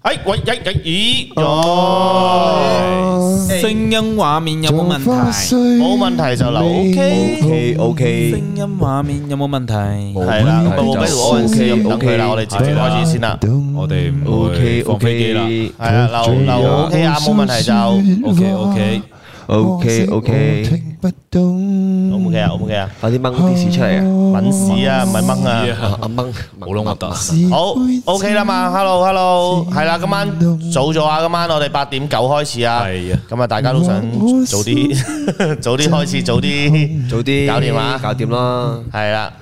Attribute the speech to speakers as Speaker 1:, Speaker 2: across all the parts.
Speaker 1: 哎喂，哎哎咦，哦，
Speaker 2: 聲音畫面有冇問題？
Speaker 1: 冇問題就留 OK，
Speaker 3: OK OK，
Speaker 2: 聲音畫面有冇問題？
Speaker 1: 係啦，咁啊冇咩同 Owen 試咁等
Speaker 3: OK，OK
Speaker 1: 佢啦，我哋直接開始先啦，
Speaker 2: 我哋唔
Speaker 3: OK
Speaker 2: 會放飛機啦。
Speaker 3: OK
Speaker 1: 係啊，留留 OK à, 啊，冇問題就
Speaker 2: OK OK，
Speaker 3: OK OK，
Speaker 1: O K 啊，O K 啊，
Speaker 3: 快啲掹啲屎出嚟
Speaker 1: 抿屎啊，唔係掹啊。
Speaker 3: 啊！阿掹，
Speaker 2: 好啦，核突。
Speaker 1: 好 OK 啦嘛，Hello Hello，係啦，今晚早咗啊，今晚我哋八點九開始啊，
Speaker 2: 係啊
Speaker 1: 咁啊，大家都想早 啲早啲開始，早啲
Speaker 3: 早啲
Speaker 1: 搞掂啊
Speaker 3: 搞掂啦，
Speaker 1: 係啦，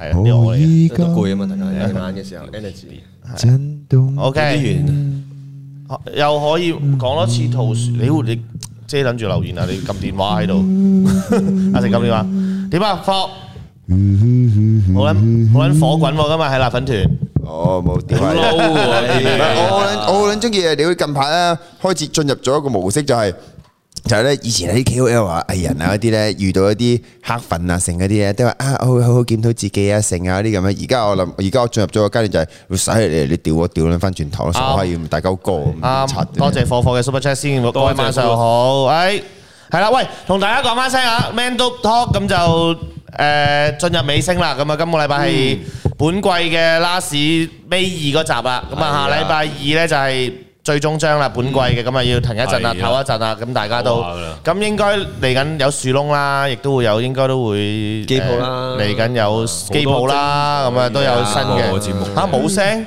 Speaker 1: 係啊，呢個我嚟嘅
Speaker 3: 都攰啊嘛，大家夜晚嘅時
Speaker 4: 嗯
Speaker 3: 候 energy，
Speaker 1: ，OK，哦
Speaker 3: 完
Speaker 1: 又可以講多次圖書，你會你遮撚住留言啊，你撳電話喺度，阿成撳電話，點啊，霍，冇撚冇撚火滾喎，今日係辣粉團，
Speaker 4: 哦，冇點啊！ 我好撚我好撚中意啊！你會近排咧開始進入咗一個模式，就係就係咧以前啲 KOL 啊、藝人啊嗰啲咧，遇到一啲黑粉啊、成嗰啲咧，都話啊，我會好好檢討自己啊、成啊嗰啲咁樣。而家我諗，而家我進入咗個階段就係，會使你你屌我屌撚翻轉頭咯，傻閪咁大鳩哥咁
Speaker 1: 啱
Speaker 4: 柒，。
Speaker 1: 多謝火火嘅 super chat 先，各位
Speaker 2: 多謝
Speaker 1: 晚上好，誒係啦，喂，同大家講翻聲啊，Man Do Talk 咁就誒進入尾聲啦，咁啊今個禮拜係
Speaker 2: 嗯
Speaker 1: 本季嘅 last 尾二嗰集啦，咁啊下禮拜二咧就係。最終章啦，本季嘅咁啊要停一陣啦，
Speaker 2: 嗯係
Speaker 1: 唞
Speaker 2: 啊
Speaker 1: 一陣啦，咁大家都
Speaker 2: 好啊㗎
Speaker 1: 咁應該嚟緊有樹窿啦，亦都會有應該都會
Speaker 3: 機鋪
Speaker 1: 誒
Speaker 3: 啦
Speaker 1: 嚟緊有機鋪啦，咁啊都有新
Speaker 2: 好
Speaker 1: 嘅
Speaker 2: 多節目嗯
Speaker 1: 嚇冇聲，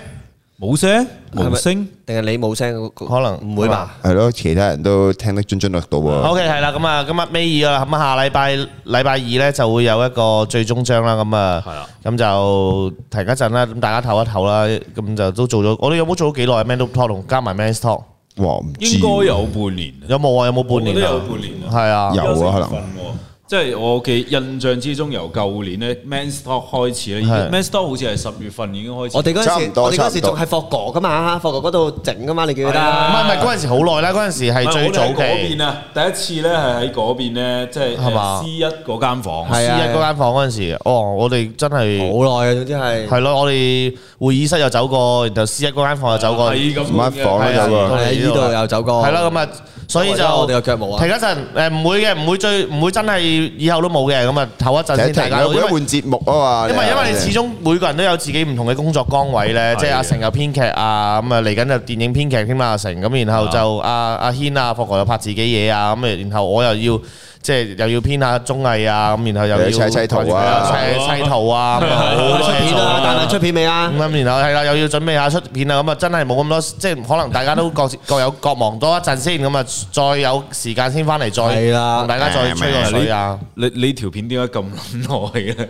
Speaker 2: 冇聲，無聲。
Speaker 3: 定係你冇聲嗰個？
Speaker 1: 可能
Speaker 3: 唔會吧？
Speaker 4: 係咯，其他人都聽得津津樂道喎。
Speaker 1: OK，係啦，咁啊，今日尾二啦，咁啊，下禮拜禮拜二咧就會有一個最終章啦，咁啊
Speaker 2: 係啦，
Speaker 1: 咁就停一陣啦，咁大家唞一唞啦，咁就都做咗，我哋有冇做咗幾耐啊？Man Up Talk 同加埋 Man Talk
Speaker 4: 哇，唔知
Speaker 2: 應該有半年，
Speaker 1: 有冇啊？有冇半年
Speaker 2: 我覺得
Speaker 1: 啊
Speaker 2: 有？半年啊
Speaker 1: 係啊，
Speaker 4: 有啊，可能
Speaker 2: 能。即係我嘅印象之中，由舊年咧 Men's Talk 開始咧已經
Speaker 1: 係
Speaker 2: ，Men's Talk 好似係十月份已經開始。
Speaker 3: 我哋嗰
Speaker 4: 差
Speaker 3: 陣時
Speaker 4: 唔，多
Speaker 3: 我哋嗰陣時
Speaker 4: 差唔
Speaker 3: 仲
Speaker 4: 多
Speaker 3: 係霍哥噶嘛，霍哥嗰度整噶嘛，你記唔記得
Speaker 1: 唔
Speaker 3: 啊？
Speaker 1: 係唔係，嗰陣時好耐啦，嗰陣時係最早
Speaker 2: 我哋喺嗰
Speaker 1: 期
Speaker 2: 邊啊，第一次咧係喺嗰邊咧，即係
Speaker 1: 係嘛
Speaker 2: C 一嗰間房。
Speaker 3: 係
Speaker 1: C 一
Speaker 3: 啊
Speaker 1: 嗰間房嗰陣時，哦，我哋真係
Speaker 3: 好耐啊，總之係
Speaker 1: 係咯，我哋會議室又走過，然後 C 一嗰間房又走過，
Speaker 2: 係咁
Speaker 4: 唔係房
Speaker 1: 係啊
Speaker 4: 都有
Speaker 3: 係
Speaker 4: 個
Speaker 3: 啊呢度又走過，
Speaker 1: 係啦，咁啊，所以就
Speaker 3: 我哋有腳毛啊
Speaker 1: 停一陣，誒唔會嘅，唔會最唔會真係以後都冇嘅，咁啊唞一陣
Speaker 4: 停
Speaker 1: 先，
Speaker 4: 一停
Speaker 1: 大家
Speaker 4: 啦，
Speaker 1: 都
Speaker 4: 每
Speaker 1: 因
Speaker 4: 一
Speaker 1: 為
Speaker 4: 換節目啊嘛。
Speaker 1: 因為因為你始終每個人都有自己唔同嘅工作崗位咧，
Speaker 2: 係
Speaker 1: 即係阿成又編劇啊，咁啊嚟緊就電影編劇添啦，阿成咁，然後就阿阿軒啊、霍哥又拍自己嘢啊，咁啊然後我又要即係又要編下綜藝啊，咁然後又要
Speaker 4: 又要砌砌圖啊
Speaker 1: 砌砌圖啊，咁啊好多
Speaker 3: 出
Speaker 1: 嘢
Speaker 3: 片
Speaker 1: 做
Speaker 3: 啦，但係出片未啊？
Speaker 1: 咁然後係啦，又要準備下出片啦，咁啊真係冇咁多，即係可能大家都各自各有各忙多一陣先，咁啊再有時間先翻嚟再
Speaker 3: 係啦
Speaker 1: 同大家再吹個水啊！
Speaker 2: 你你條片點解咁耐 嘅？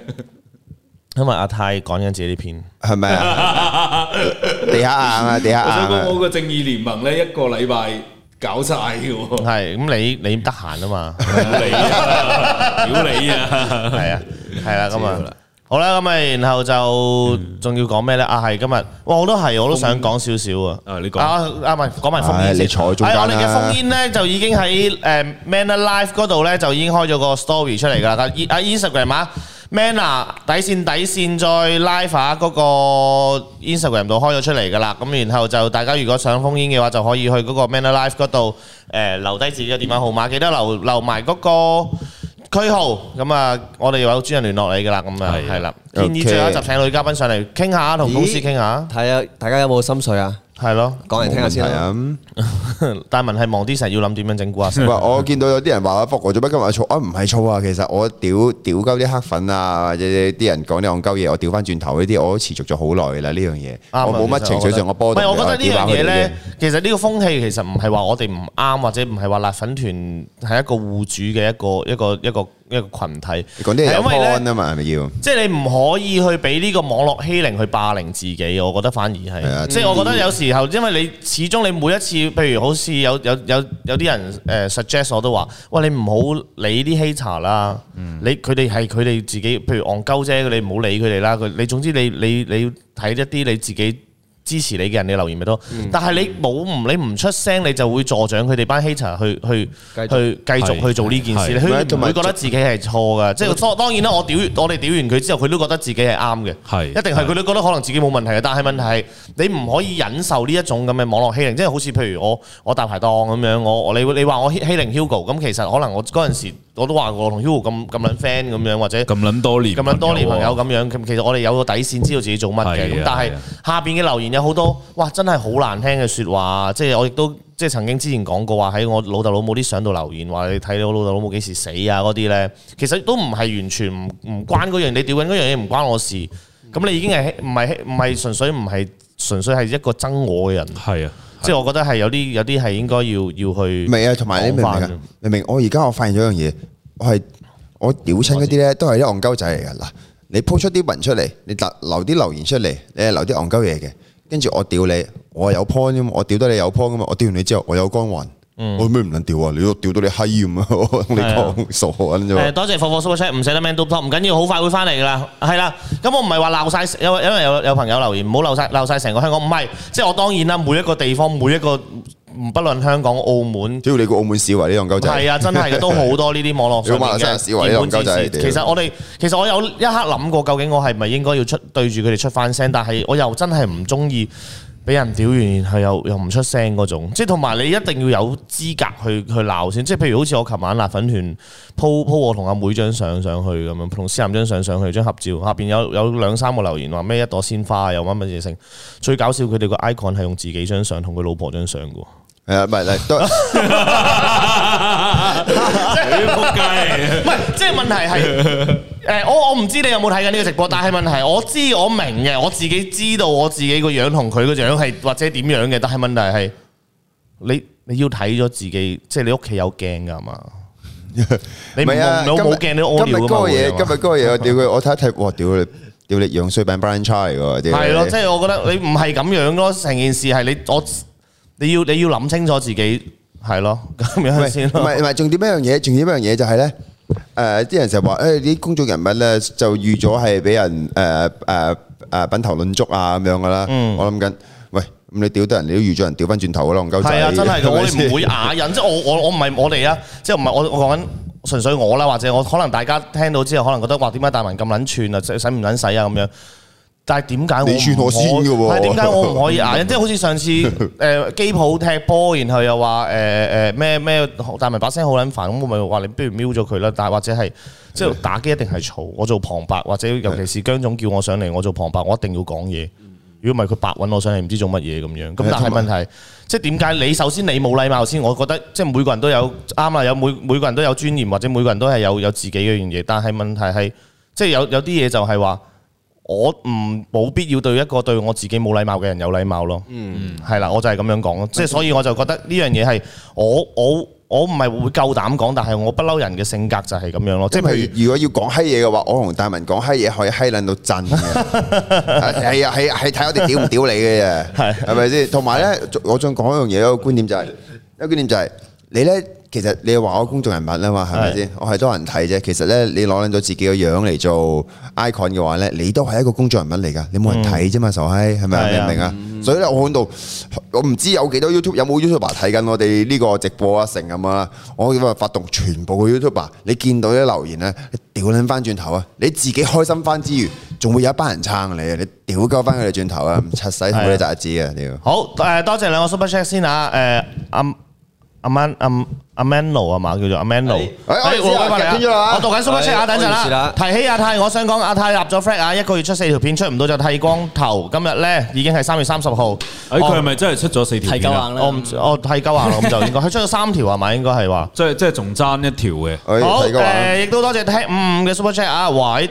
Speaker 1: 因為阿泰講緊自己啲片，
Speaker 4: 係咪啊？地下硬 啊，地下
Speaker 2: 我想
Speaker 4: 硬啊
Speaker 2: 講我個正義聯盟咧，一個禮拜搞晒嘅喎。
Speaker 1: 係咁你你得閒啊嘛，
Speaker 2: 屌你啊！屌你啊！
Speaker 1: 係啊係啦咁啊。好啦，咁啊，然後就仲要講咩咧？啊，係今日，哇，我都係，我都想講少少啊。
Speaker 2: 啊你講
Speaker 1: 啊，啊，唔係講埋封
Speaker 4: 唉
Speaker 1: 煙先
Speaker 4: 你坐喺中間
Speaker 1: 係
Speaker 4: 啦
Speaker 1: 我哋嘅封煙咧，就已經喺誒 Man Alive 嗰度咧，就已經開咗個 story 出嚟㗎啦。啊啊 Instagram 啊，Man 啊，底線底線再 live 啊，嗰個 Instagram 度開咗出嚟㗎啦。咁然後就大家如果想封煙嘅話，就可以去嗰個 Man Alive 嗰度誒留低自己嘅電話號碼，記得留留埋嗰個區號。咁啊，我哋有專人聯絡你㗎啦。咁啊，
Speaker 2: 係
Speaker 1: 係啦。建
Speaker 4: OK
Speaker 1: 議最後一集請女嘉賓上嚟傾下，同公司傾下，
Speaker 3: 睇下大家有冇心水啊？
Speaker 1: 係咯。
Speaker 3: 講嚟聽下先
Speaker 4: 係
Speaker 3: 啦。
Speaker 4: 啊。
Speaker 1: 大文係忙啲，成日要諗點樣整蠱阿成
Speaker 4: 唔。係，我見到有啲人話我服我做乜今日燥啊？唔係燥啊，其實我屌屌鳩啲黑粉啊，或者啲人講啲戇鳩嘢，我屌翻轉頭呢啲，我都持續咗好耐啦呢樣嘢。
Speaker 1: 啱啊
Speaker 4: 我冇乜情緒上嘅波
Speaker 1: 唔
Speaker 4: 動。
Speaker 1: 係，我覺得呢樣嘢
Speaker 4: 我屌
Speaker 1: 咧
Speaker 4: 啊翻佢哋，
Speaker 1: 其實呢個風氣其實唔係話我哋唔啱，或者唔係話辣粉團係一個戶主嘅一個一個一個一個羣體。
Speaker 4: 啫講啲嘢
Speaker 1: 係
Speaker 4: 有
Speaker 1: 因為咧
Speaker 4: point 啊嘛，係咪要？
Speaker 1: 即係你唔可以去俾呢個網絡欺凌去霸凌自己，我覺得反而
Speaker 4: 係啊
Speaker 1: 係，即係我覺得有時候，因為你始終你每一次，譬如好似有有有有啲人誒、呃 suggest 我都話，喂你唔好理啲 hater 啦，你佢哋係佢哋自己，譬如戇鳩啫，你唔好理佢哋啦，佢你總之你你你睇一啲你自己。支持你嘅人，你留言咪多。但係你冇唔你唔出聲，你就會助長佢哋班 hater 去去
Speaker 3: 繼續
Speaker 1: 去繼續去做呢件事。
Speaker 2: 係
Speaker 4: 唔係
Speaker 1: 佢
Speaker 4: 同
Speaker 1: 唔
Speaker 4: 埋嗯
Speaker 1: 會覺得自己係錯㗎。即係當當然啦，我屌我哋屌完佢之後，佢都覺得自己係啱嘅。
Speaker 2: 係
Speaker 1: 一定係佢都覺得可能自己冇問題嘅。但係問題係你唔可以忍受呢一種咁嘅網絡欺凌，即係好似譬如我我大排檔咁樣，我我你你話我欺欺凌 Hugo，咁其實可能我嗰陣時我都話過我同 Hugo 咁咁撚 friend 咁樣，或者。
Speaker 2: 咁撚多年，
Speaker 1: 咁樣多年朋友咁樣，咁其實我哋有個底線，知道自己做乜嘅。咁
Speaker 2: 係啊
Speaker 1: 但係
Speaker 2: 係啊
Speaker 1: 下邊嘅留言有好多，哇！真係好難聽嘅説話，即係我亦都即係曾經之前講過話喺我老豆老母啲相度留言，話你睇到我老豆老母幾時死啊嗰啲呢，其實都唔係完全唔唔關嗰樣，你屌緊嗰樣嘢唔關我事。咁你已經係唔係唔係純粹唔係純粹係一個憎我嘅人，
Speaker 2: 係啊，
Speaker 1: 即係我覺得係有啲有啲係應該要要去
Speaker 4: 唔係啊，同埋你明唔明
Speaker 1: 講
Speaker 4: 啊
Speaker 1: 返？
Speaker 4: 明唔明？我而家我發現咗樣嘢，我係我屌親嗰啲咧，都係啲戇鳩仔嚟噶。嗱，你 po 出啲文出嚟，你留留啲留言出嚟，你係留啲戇鳩嘢嘅，跟住我屌你，我係有 point 噶嘛，我屌得你有 point 噶嘛，我屌完你之後，我有光環，我咩唔能屌啊？你都屌到你閪咁 啊！我同你講傻撚啫
Speaker 1: 誒，
Speaker 4: 喎。
Speaker 1: 多謝火火 Super Chat，唔捨得 Man Do Top，唔緊要，好快會翻嚟噶啦，係啦。咁我唔係話鬧晒，因為因為有有朋友留言，唔好鬧晒鬧曬成個香港，唔係，即係我當然啦，每一個地方，每一個唔不論香港、澳門。
Speaker 4: 只要你個澳門市圍啲戇鳩仔，
Speaker 1: 係啊，真係嘅，都好多呢啲網絡上面
Speaker 4: 你話馬來西亞市圍
Speaker 1: 嘅
Speaker 4: 呢
Speaker 1: 熱
Speaker 4: 個
Speaker 1: 門
Speaker 4: 鳩仔
Speaker 1: 之士
Speaker 4: 屌
Speaker 1: 其實我哋其實我有一刻諗過，究竟我係咪應該要出對住佢哋出翻聲？但係我又真係唔中意俾人屌完，然後又又唔出聲嗰種。即係同埋你一定要有資格去去鬧先。即係譬如好似我琴晚辣粉團 po po 我同阿妹張相上去咁樣，同思涵張相上去張合照，下邊有有兩三個留言話咩一朵鮮花啊又乜乜嘢剩。最搞笑佢哋個 icon 係用自己張相同佢老婆張相嘅喎。
Speaker 4: 係啊，唔係嚟都
Speaker 2: 仆街，
Speaker 1: 唔係，即係問題 係誒，我我唔知你有冇睇緊呢個直播，但係問題我知我明嘅，我自己知道我自己個樣同佢個樣係或者點樣嘅，但係問題係你你要睇咗自己，即係你屋企有鏡㗎嘛？你
Speaker 4: 唔
Speaker 1: 唔
Speaker 4: 係啊，
Speaker 1: 冇冇冇
Speaker 4: 今
Speaker 1: 鏡
Speaker 4: 日
Speaker 1: 你屙
Speaker 4: 今日
Speaker 1: 尿
Speaker 4: 嗰
Speaker 1: 㗎
Speaker 4: 個
Speaker 1: 嘛？
Speaker 4: 嘢，
Speaker 1: 會啊
Speaker 4: 今日嗰個嘢，我屌佢，我睇一睇，哇！屌你，屌你樣衰版 Brian Chai 喎，屌你
Speaker 1: 係咯，即係我覺得你唔係咁樣咯，成件事係你我你要你要諗清楚自己係咯，咁樣先
Speaker 4: 唔
Speaker 1: 咯。
Speaker 4: 係唔係，重點一樣嘢，重點一樣嘢就係咧，誒啲人成日話誒啲公眾人物咧就預咗係俾人誒誒誒品頭論足啊咁樣噶啦。
Speaker 1: 嗯
Speaker 4: 我諗緊，喂咁你屌得人，你都預咗人屌翻轉頭噶啦，戇鳩仔。
Speaker 1: 係啊，真係嘅，我
Speaker 4: 咪
Speaker 1: 哋
Speaker 4: 先
Speaker 1: 唔會啞忍，即係我我我唔係我哋啊，即係唔係我我講緊純粹我啦，或者我可能大家聽到之後，可能覺得哇點解大文咁撚串啊，使使唔撚使啊咁樣。但係點解我
Speaker 4: 你串我先嘅喎
Speaker 1: 係點解我唔可以
Speaker 4: 嗯
Speaker 1: 啞忍？即係好似上 次誒機鋪踢波，然後又話誒誒咩咩，但係把聲好撚煩，咁我咪話你不如瞄咗佢啦。但係或者係即
Speaker 4: 嗯
Speaker 1: 係打機一定係嘈，我做旁白，或者尤其是姜總叫我上嚟，我做旁白，我一定要講嘢。如果唔係佢白揾我上嚟，唔知做乜嘢咁樣。咁
Speaker 4: 嗯
Speaker 1: 但
Speaker 4: 係啊
Speaker 1: 係
Speaker 4: 同埋
Speaker 1: 問題，即係點解你首先你冇禮貌先？我覺得即係每個人都有啱啦，有每每個人都有尊嚴，或者每個人都係有有自己嘅樣嘢。但係問題係，即係有有啲嘢就係話。我唔冇必要對一個對我自己冇禮貌嘅人有禮貌咯。嗯，係啦，我就係咁樣講咯。即係所以我就覺得呢樣嘢係我我我唔係會夠膽講，但係我不嬲人嘅性格就係咁樣咯。即係
Speaker 4: 因
Speaker 1: 譬
Speaker 4: 為如果要講閪嘢嘅話，我同大文講閪嘢可以閪撚到震嘅， 係啊係啊係睇我哋屌唔屌你嘅啫，係咪先？同埋咧，我想講一樣嘢，一個觀點就係、一個觀點就係、你咧，其實你話我公眾人物啊嘛，係咪先？我係多人睇啫。其實咧，你攞撚咗自己個樣嚟做 icon 嘅話咧，你都係一個公眾人物嚟噶，你冇人睇啫嘛，傻閪嗯係咪啊？
Speaker 1: 係
Speaker 4: 明
Speaker 1: 啊
Speaker 4: 唔明啊？所以咧，我喺度，我唔知有幾多 YouTube 有冇 YouTuber 睇緊我哋呢個直播啊，成咁樣啦。我咁啊發動全部嘅 YouTuber，你見到啲留言咧，你屌撚翻轉頭啊！你自己開心翻之餘，仲會有一班人撐你啊！你屌鳩翻佢哋轉頭啊！唔柒使同佢哋扎子啊！屌！
Speaker 1: 好誒，多謝兩個 super check 先啊。誒，阿阿 Man 阿阿 Mano 啊嘛，叫做阿 Mano。誒，
Speaker 4: 哎我哋知啦入圈咗啦
Speaker 1: 我讀緊 super check 啊，
Speaker 3: 哎
Speaker 1: 等陣
Speaker 3: 我哋
Speaker 1: 啦
Speaker 3: 試啦。
Speaker 1: 提起阿泰，我想講阿泰立咗 flag 啊，一個月出四條片，出唔到就剃光頭。今日咧已經係三月三十號。
Speaker 2: 誒佢係咪真係出咗四條
Speaker 5: 提
Speaker 2: 片
Speaker 5: 夠
Speaker 2: 啊？
Speaker 5: 硬
Speaker 1: 我唔
Speaker 5: 啦。
Speaker 1: 我剃鳩硬啦，咁就應 該佢出咗三條係咪？應該係話。
Speaker 2: 即係即係仲爭一條嘅，
Speaker 4: 哎
Speaker 1: 好
Speaker 4: 睇嘅話，
Speaker 1: 誒，亦都多謝聽五五嘅 super chat 啊，喂。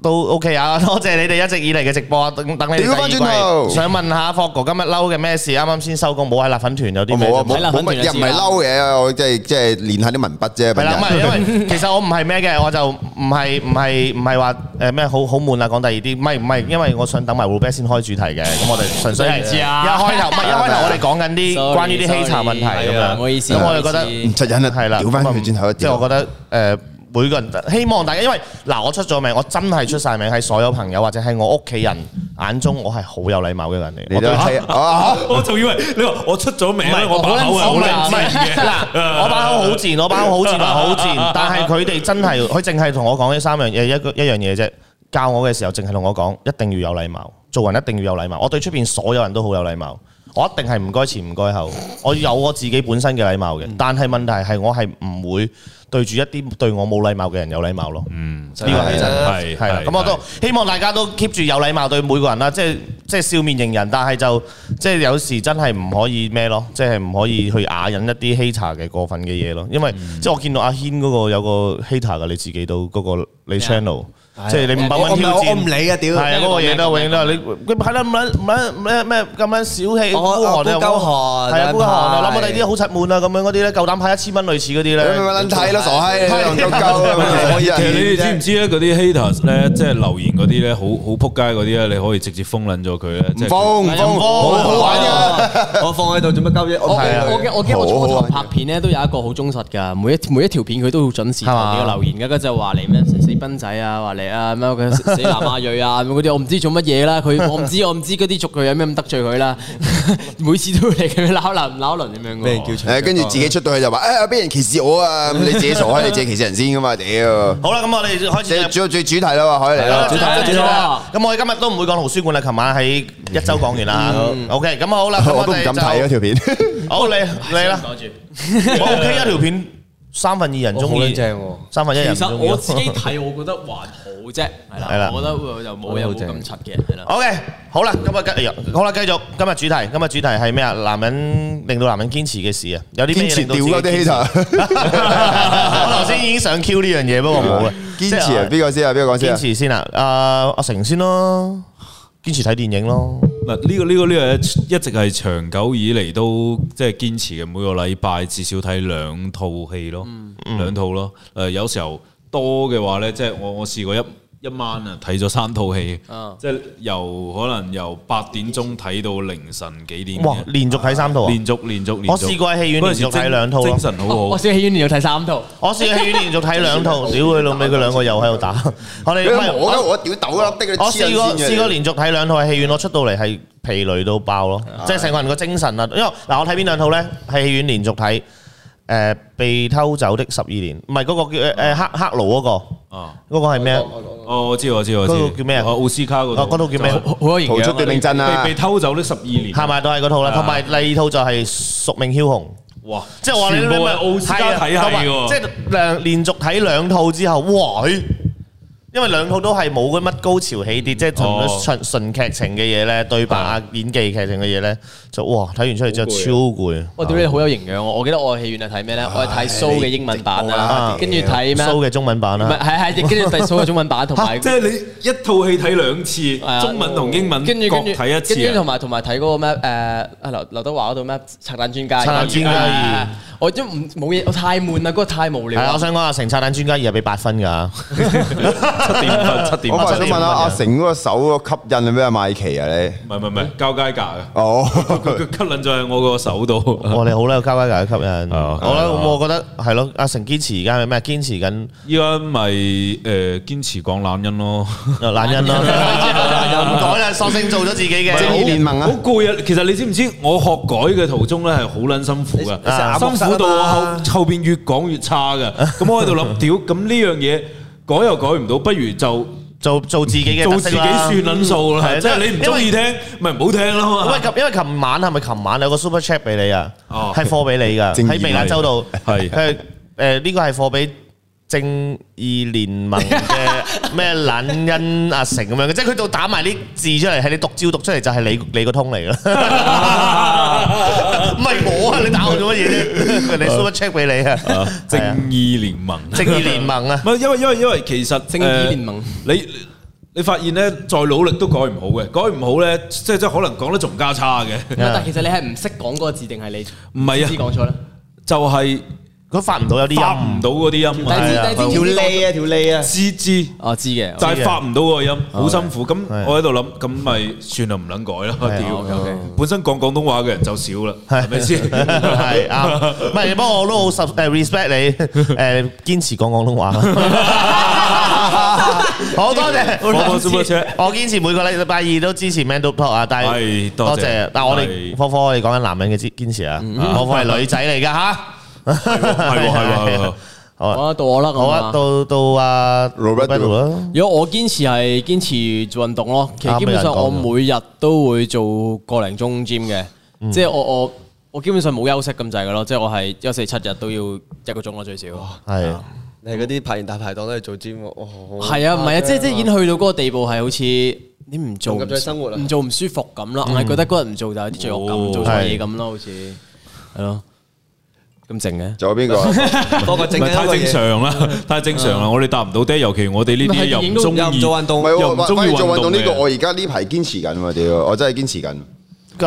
Speaker 1: 都 OK 啊！ 多謝你哋一直以嚟嘅直播啊，等等你哋
Speaker 4: 屌翻
Speaker 1: 第
Speaker 4: 轉
Speaker 1: 二
Speaker 4: 頭
Speaker 1: 季。想問下霍哥今日嬲嘅咩事？啱啱先收工，冇喺辣粉團有啲
Speaker 4: 我
Speaker 1: 咩？
Speaker 4: 冇啊，
Speaker 5: 睇啦
Speaker 4: 冇
Speaker 5: 肯
Speaker 4: 冇
Speaker 5: 定就
Speaker 4: 乜，又唔
Speaker 5: 知啦
Speaker 4: 係嬲嘅，我即係即係練下啲文筆啫，
Speaker 1: 係
Speaker 4: 本
Speaker 1: 啦，
Speaker 4: 人
Speaker 1: 唔係因為 其實我唔係咩嘅，我就唔係唔係唔係話誒咩好好悶啊，講第二啲，唔係唔係，因為我想等埋 r u b e 先開主題嘅，咁我哋純粹係
Speaker 5: 真係知啊
Speaker 1: 一開頭唔係一開頭我哋講緊啲
Speaker 5: Sorry，
Speaker 1: 關於啲
Speaker 5: sorry，
Speaker 1: 欺詐問題咁
Speaker 5: 係啊唔
Speaker 1: 樣，
Speaker 5: 好意思
Speaker 1: 咁我
Speaker 5: 唔好
Speaker 1: 就
Speaker 5: 意思
Speaker 1: 覺得
Speaker 4: 唔柒忍啊，
Speaker 1: 係啦，
Speaker 4: 屌翻
Speaker 1: 咁啊
Speaker 4: 佢轉頭一
Speaker 1: 即係
Speaker 4: 屌
Speaker 1: 我。覺得誒每個人呃希望大家，因為嗱，我出咗名，我真係出晒名喺所有朋友或者喺我屋企人眼中，我係好有禮貌嘅人嚟。
Speaker 4: 你都
Speaker 1: 我對
Speaker 4: 係 啊，
Speaker 5: 我仲以為你話我出咗名
Speaker 1: 唔
Speaker 5: 咧，
Speaker 1: 係，我啊
Speaker 5: 我把口係好
Speaker 1: 好
Speaker 5: 靚
Speaker 1: 唔係嗱，我把口好賤，我把口好 賤，話好賤。但係佢哋真係，佢淨係同我講呢三樣嘢，一個一樣嘢啫。教我嘅時候，淨係同我講，一定要有禮貌，做人一定要有禮貌。我對出邊所有人都好有禮貌，我一定係唔該前唔該後，我有我自己本身嘅禮貌嘅。但係問題係，我係唔會對住一啲對我冇禮貌嘅人有禮貌咯。
Speaker 3: 呢個
Speaker 1: 係真
Speaker 5: 係
Speaker 3: 係
Speaker 1: 係啦，咁我都希望大家都 keep 住有禮貌對每個人啦，即係即係笑面迎人，但係就即係有時真係唔可以咩咯，即係唔可以去啞忍一啲 hater 嘅過分嘅嘢咯，因為即係我見到阿軒嗰個有個 hater 噶，你自己都嗰個你 channel，即係你五百
Speaker 3: 我
Speaker 1: 蚊挑
Speaker 3: 我
Speaker 1: 戰，
Speaker 3: 我唔理啊屌
Speaker 1: 係啊嗰個嘢都永遠都係你，佢係啦唔撚唔撚咩咩咁樣小氣，
Speaker 3: 我
Speaker 1: 孤寒
Speaker 3: 我
Speaker 1: 啊，
Speaker 3: 孤鳩寒
Speaker 1: 係啊孤寒啊，
Speaker 3: 兩
Speaker 1: 諗
Speaker 3: 派
Speaker 1: 我哋啲好柒悶啊咁樣嗰啲咧，夠膽派一千蚊類似嗰啲
Speaker 4: 你
Speaker 1: 咧
Speaker 4: 咪，撚睇咯，傻閪，你戇鳩鳩啊，可以
Speaker 2: 其實你哋知唔
Speaker 4: 啊，
Speaker 2: 知咧？嗰啲 haters 咧，即係留言嗰啲咧，好好撲街嗰啲咧，你可以直接封撚咗佢咧。即係佢
Speaker 4: 風
Speaker 3: 啊
Speaker 4: 風好好玩㗎。
Speaker 3: 我放喺度做乜鳩啫？
Speaker 6: 我
Speaker 3: 我
Speaker 1: 啊
Speaker 6: 我我嘅我驚我初
Speaker 4: 好
Speaker 6: 頭
Speaker 4: 啊
Speaker 6: 拍片咧，都有一個好忠實㗎，每一每一條片佢都好準時
Speaker 1: 係
Speaker 6: 同
Speaker 1: 嘛
Speaker 6: 你個留言嘅，佢就話你咩死死賓仔啊，話你啊咩佢死 死南亞裔啊咁嗰啲，我唔知做乜嘢啦，佢我唔知我唔知嗰啲族佢有咩咁得罪佢啦， 每次都會嚟咁樣鬧一輪鬧一輪咁樣㗎喎。
Speaker 3: 咩人叫
Speaker 4: 誒，跟住自己出到去就話，誒，俾人歧視我啊！咁你自己傻閪，你自己歧視人先噶嘛？屌，
Speaker 1: 好啦，咁我哋開
Speaker 4: 即係
Speaker 1: 始。
Speaker 4: 主最主題啦，可以嚟
Speaker 1: 係啦，
Speaker 4: 啦。
Speaker 6: 主題，
Speaker 1: 主題。
Speaker 6: 主題。
Speaker 1: 咁我哋今日都唔會講圖書館啦，琴晚喺一周講完啦。OK，咁好啦，
Speaker 4: 我都
Speaker 1: 咁我
Speaker 4: 唔
Speaker 1: 哋
Speaker 4: 敢
Speaker 1: 就-
Speaker 4: 睇嗰條片，
Speaker 1: 好，你-你啦。我屋企一條片，三分二人鍾意，
Speaker 3: 我好撚正喎。
Speaker 1: 三分一人唔
Speaker 6: 其實
Speaker 1: 鍾意。
Speaker 6: 我自己睇，我覺得還好啫，係
Speaker 1: 係啦
Speaker 6: 啦，我覺得我就冇有冇咁柒嘅，係啦。
Speaker 1: OK，好啦，咁啊，繼-哎呀，好啦，繼續，今日主題，今日主題係咩啊？男人令到男人堅持嘅事啊，有啲咩
Speaker 4: 堅持
Speaker 1: 令到
Speaker 4: 屌嗰
Speaker 1: 自己
Speaker 4: 啲 hater，
Speaker 1: 어,我頭先已經想 Q 呢樣嘢，不過冇啦。
Speaker 4: 堅持
Speaker 1: 即係，
Speaker 4: 啊！邊個先啊？邊個講先啊？
Speaker 1: 堅持先啊，啊，阿成先咯，堅持睇電影咯。
Speaker 2: 嗱，呢個呢個呢個一直係長久以嚟都即係堅持嘅，每個禮拜至少睇兩套戲咯，
Speaker 6: 嗯
Speaker 1: 嗯
Speaker 2: 兩套咯。誒，有時候多嘅話咧，即係我我試過一一晚啊睇咗三套戲
Speaker 6: 啊，
Speaker 2: 即係由可能由八點鐘睇到凌晨幾點嘅。
Speaker 1: 哇，連續睇三套啊？
Speaker 2: 連續連續連續，
Speaker 1: 我試過喺戲院連續睇兩套咯啊
Speaker 2: 嗰陣時精精神好好
Speaker 6: 我。小戲院連續睇三套，
Speaker 1: 我試喺戲院連續睇兩 套，屌佢老味，佢兩個又喺度打。我哋唔係
Speaker 4: 我
Speaker 1: 我
Speaker 4: 我屌豆粒的你
Speaker 1: 我
Speaker 4: 黐
Speaker 1: 試過
Speaker 4: 人
Speaker 1: 試
Speaker 4: 先
Speaker 1: 過
Speaker 4: 嘅。
Speaker 1: 連續睇兩套喺戲院，我出到嚟係疲累到爆咯，即係成個人個精神啊！因為嗱，我睇邊兩套咧？喺戲院連續睇誒《被偷走的十二年》，唔係嗰個叫誒誒黑黑奴嗰個，
Speaker 2: 啊！
Speaker 1: 嗰個係咩啊？
Speaker 2: 哦，我知我知我知，
Speaker 1: 嗰套叫咩啊
Speaker 2: 哦奧斯卡嗰
Speaker 1: 哦
Speaker 2: 套，
Speaker 1: 嗰套叫咩
Speaker 2: 就
Speaker 6: 好好有營
Speaker 4: 逃
Speaker 6: 養
Speaker 4: 出
Speaker 6: 啊。
Speaker 4: 奪命真啊
Speaker 2: 被！被偷走呢十二年，
Speaker 1: 係咪都係嗰套啦？同埋第二套就係《宿命梟雄》。
Speaker 2: 哇！
Speaker 1: 即係話你
Speaker 2: 全部係奧斯卡體系喎，
Speaker 1: 啊即係兩連續睇兩套之後，哇！佢因為兩套都係冇嗰乜高潮起跌，即係
Speaker 2: 哦
Speaker 1: 純純純劇情嘅嘢咧，對白啊、演技劇情嘅嘢咧，就哇睇完出嚟之後超攰啊。
Speaker 6: 我屌你
Speaker 3: 哦
Speaker 6: 好有營養喎！我記得我戲院係睇咩咧？
Speaker 3: 啊
Speaker 6: 我係睇 show 嘅英文版
Speaker 1: 啊
Speaker 6: 啊，跟住睇咩啊？
Speaker 1: 蘇嘅中文版
Speaker 6: 唔係
Speaker 1: 啊，
Speaker 6: 係係，跟住睇 show 嘅中文版同埋
Speaker 2: 即係你一套戲睇兩次
Speaker 6: 係啊，
Speaker 2: 中文同英文
Speaker 6: 跟住
Speaker 2: 各
Speaker 6: 跟住
Speaker 2: 睇一次
Speaker 6: 跟住
Speaker 2: 啊
Speaker 6: 同。埋同埋睇嗰個咩誒啊劉劉德華嗰度咩拆彈專家，
Speaker 1: 拆彈專家二
Speaker 6: 啊，我都唔冇嘢，我太悶啦，嗰個太無聊
Speaker 1: 係啊！我
Speaker 6: 啦。
Speaker 1: 想講啊，成拆彈專家二係俾八分 㗎，
Speaker 2: 七 點分，七點
Speaker 4: 我
Speaker 2: 分，
Speaker 4: 話想
Speaker 2: 七點
Speaker 4: 問
Speaker 2: 分
Speaker 4: 下阿成嗰個手個吸引係咩啊？賣旗啊你？
Speaker 2: 唔係唔係唔係，交街價嘅，佢
Speaker 4: 어,哦，
Speaker 2: 佢吸撚咗喺我個手度。
Speaker 1: 我哋好啦，交加嘅吸引。
Speaker 2: 啊
Speaker 1: 好啦，
Speaker 2: 係啊
Speaker 1: 咁我覺得係咯，阿成堅持而家係咩？堅持緊
Speaker 2: 依家咪誒堅持講懶音咯，
Speaker 1: 呃懶人咯，唔改啦，索性做咗自己嘅。
Speaker 4: 正義聯盟啊
Speaker 2: 好！攰啊！其實你知唔知我學改嘅途中咧係好撚辛苦噶，
Speaker 3: 你成日
Speaker 2: 啊
Speaker 3: 阿
Speaker 2: 辛
Speaker 3: 木塞啊嘛
Speaker 2: 苦到我後後邊越講越差噶。咁我喺度諗，屌咁呢樣嘢改又改唔到，不如就
Speaker 1: 做做自己嘅
Speaker 2: 做
Speaker 1: 特色
Speaker 2: 自己
Speaker 1: 啦
Speaker 2: 算撚數啦。
Speaker 1: 係
Speaker 2: 即係你唔中意聽，咪唔好聽咯
Speaker 1: 喂，
Speaker 2: 嘛。
Speaker 1: 琴因為琴晚係咪琴晚有個 super chat 俾你啊？
Speaker 2: 哦
Speaker 1: 係貨俾你㗎，
Speaker 4: 正義啊
Speaker 1: 喺微辣州度誒
Speaker 2: 係
Speaker 1: 誒呃呢個係貨俾正義聯盟嘅咩懶恩阿成咁樣嘅，即係佢到打埋啲字出嚟，係你讀照讀出嚟就係你 你個通嚟㗎啦。唔係我啊，你打我做乜嘢啫？ 人哋 super chat 俾你啊，
Speaker 2: 正
Speaker 1: 係啊
Speaker 2: 義聯盟，
Speaker 1: 正義聯盟啊
Speaker 2: 唔，係因為因為因為其實
Speaker 6: 正義聯盟
Speaker 2: 呃你你發現咧，再努力都改唔好嘅，改唔好咧，即係即係可能講得仲加差嘅，
Speaker 6: 但其實你係唔識講嗰個字定係你
Speaker 2: 唔係啊
Speaker 6: 知講錯咧？
Speaker 2: 就係
Speaker 1: 佢發唔到有啲
Speaker 2: 發
Speaker 1: 音
Speaker 2: 唔。到嗰啲音
Speaker 6: 但
Speaker 2: 啊，
Speaker 6: 係
Speaker 1: 係啊
Speaker 6: 但係知
Speaker 3: 條
Speaker 6: 唔知嗰個
Speaker 3: lay 啊，條 lay 啊，
Speaker 2: 知知。
Speaker 6: 我知嘅，
Speaker 2: 就係發唔到嗰個音，好辛苦。
Speaker 1: 係
Speaker 2: 咁我喺度諗，咁咪算啦，唔撚改啦。
Speaker 1: 係
Speaker 6: OK，OK
Speaker 2: 屌，本身講廣東話嘅人就少啦，係咪先？
Speaker 1: 係啱，唔係，不過我都好 sub 誒 respect 你誒堅持講廣東話。好多謝，
Speaker 2: 我幫 Super Chat
Speaker 1: 我堅持每個禮拜二都支持 Man Talk 啊，但係
Speaker 2: 係多謝
Speaker 1: 但係我哋
Speaker 2: 係
Speaker 1: 科科我哋講緊男人嘅堅堅持啊，科科係女仔嚟㗎吓，係
Speaker 2: 係喎係喎係喎，
Speaker 1: 好啊，
Speaker 6: 我到我啦咁
Speaker 1: 好啊，
Speaker 6: 啊。
Speaker 1: 到到啊
Speaker 4: Roberto
Speaker 1: 啦，
Speaker 6: 如果我堅持係堅持運動咯，其
Speaker 2: 啊
Speaker 6: 實基本上我每日都會做個零鐘 gym 嘅，即係我我我基本上冇休息咁滯嘅咯，即係我係休息七日都要一個鐘咯最少。
Speaker 1: 係
Speaker 3: 你係嗰啲排完大排檔都係做 gym 喎，哦
Speaker 6: 係啊，唔係啊，即係即係已經去到嗰個地步係好似你唔做
Speaker 3: 融入咗生活啊
Speaker 6: 唔做唔舒服咁啦，我係覺得嗰日唔做就有啲罪惡感，
Speaker 2: 哦
Speaker 6: 做錯嘢咁咯，好似係咯，咁靜嘅。
Speaker 4: 仲有邊個啊？
Speaker 3: 多個正
Speaker 2: 唔
Speaker 3: 經
Speaker 2: 係
Speaker 3: 一
Speaker 2: 太
Speaker 3: 個
Speaker 2: 正
Speaker 3: 嘢。
Speaker 2: 常啦，太正常啦。我哋答唔到爹，尤其我哋呢啲又唔中
Speaker 3: 又唔
Speaker 2: 意
Speaker 3: 做運
Speaker 4: 唔
Speaker 3: 動，
Speaker 4: 係
Speaker 2: 又唔
Speaker 4: 喎，
Speaker 2: 中意
Speaker 4: 反而做運動呢個，
Speaker 2: 運動嘅
Speaker 4: 我而家呢排堅持緊喎，屌！我真係堅持緊，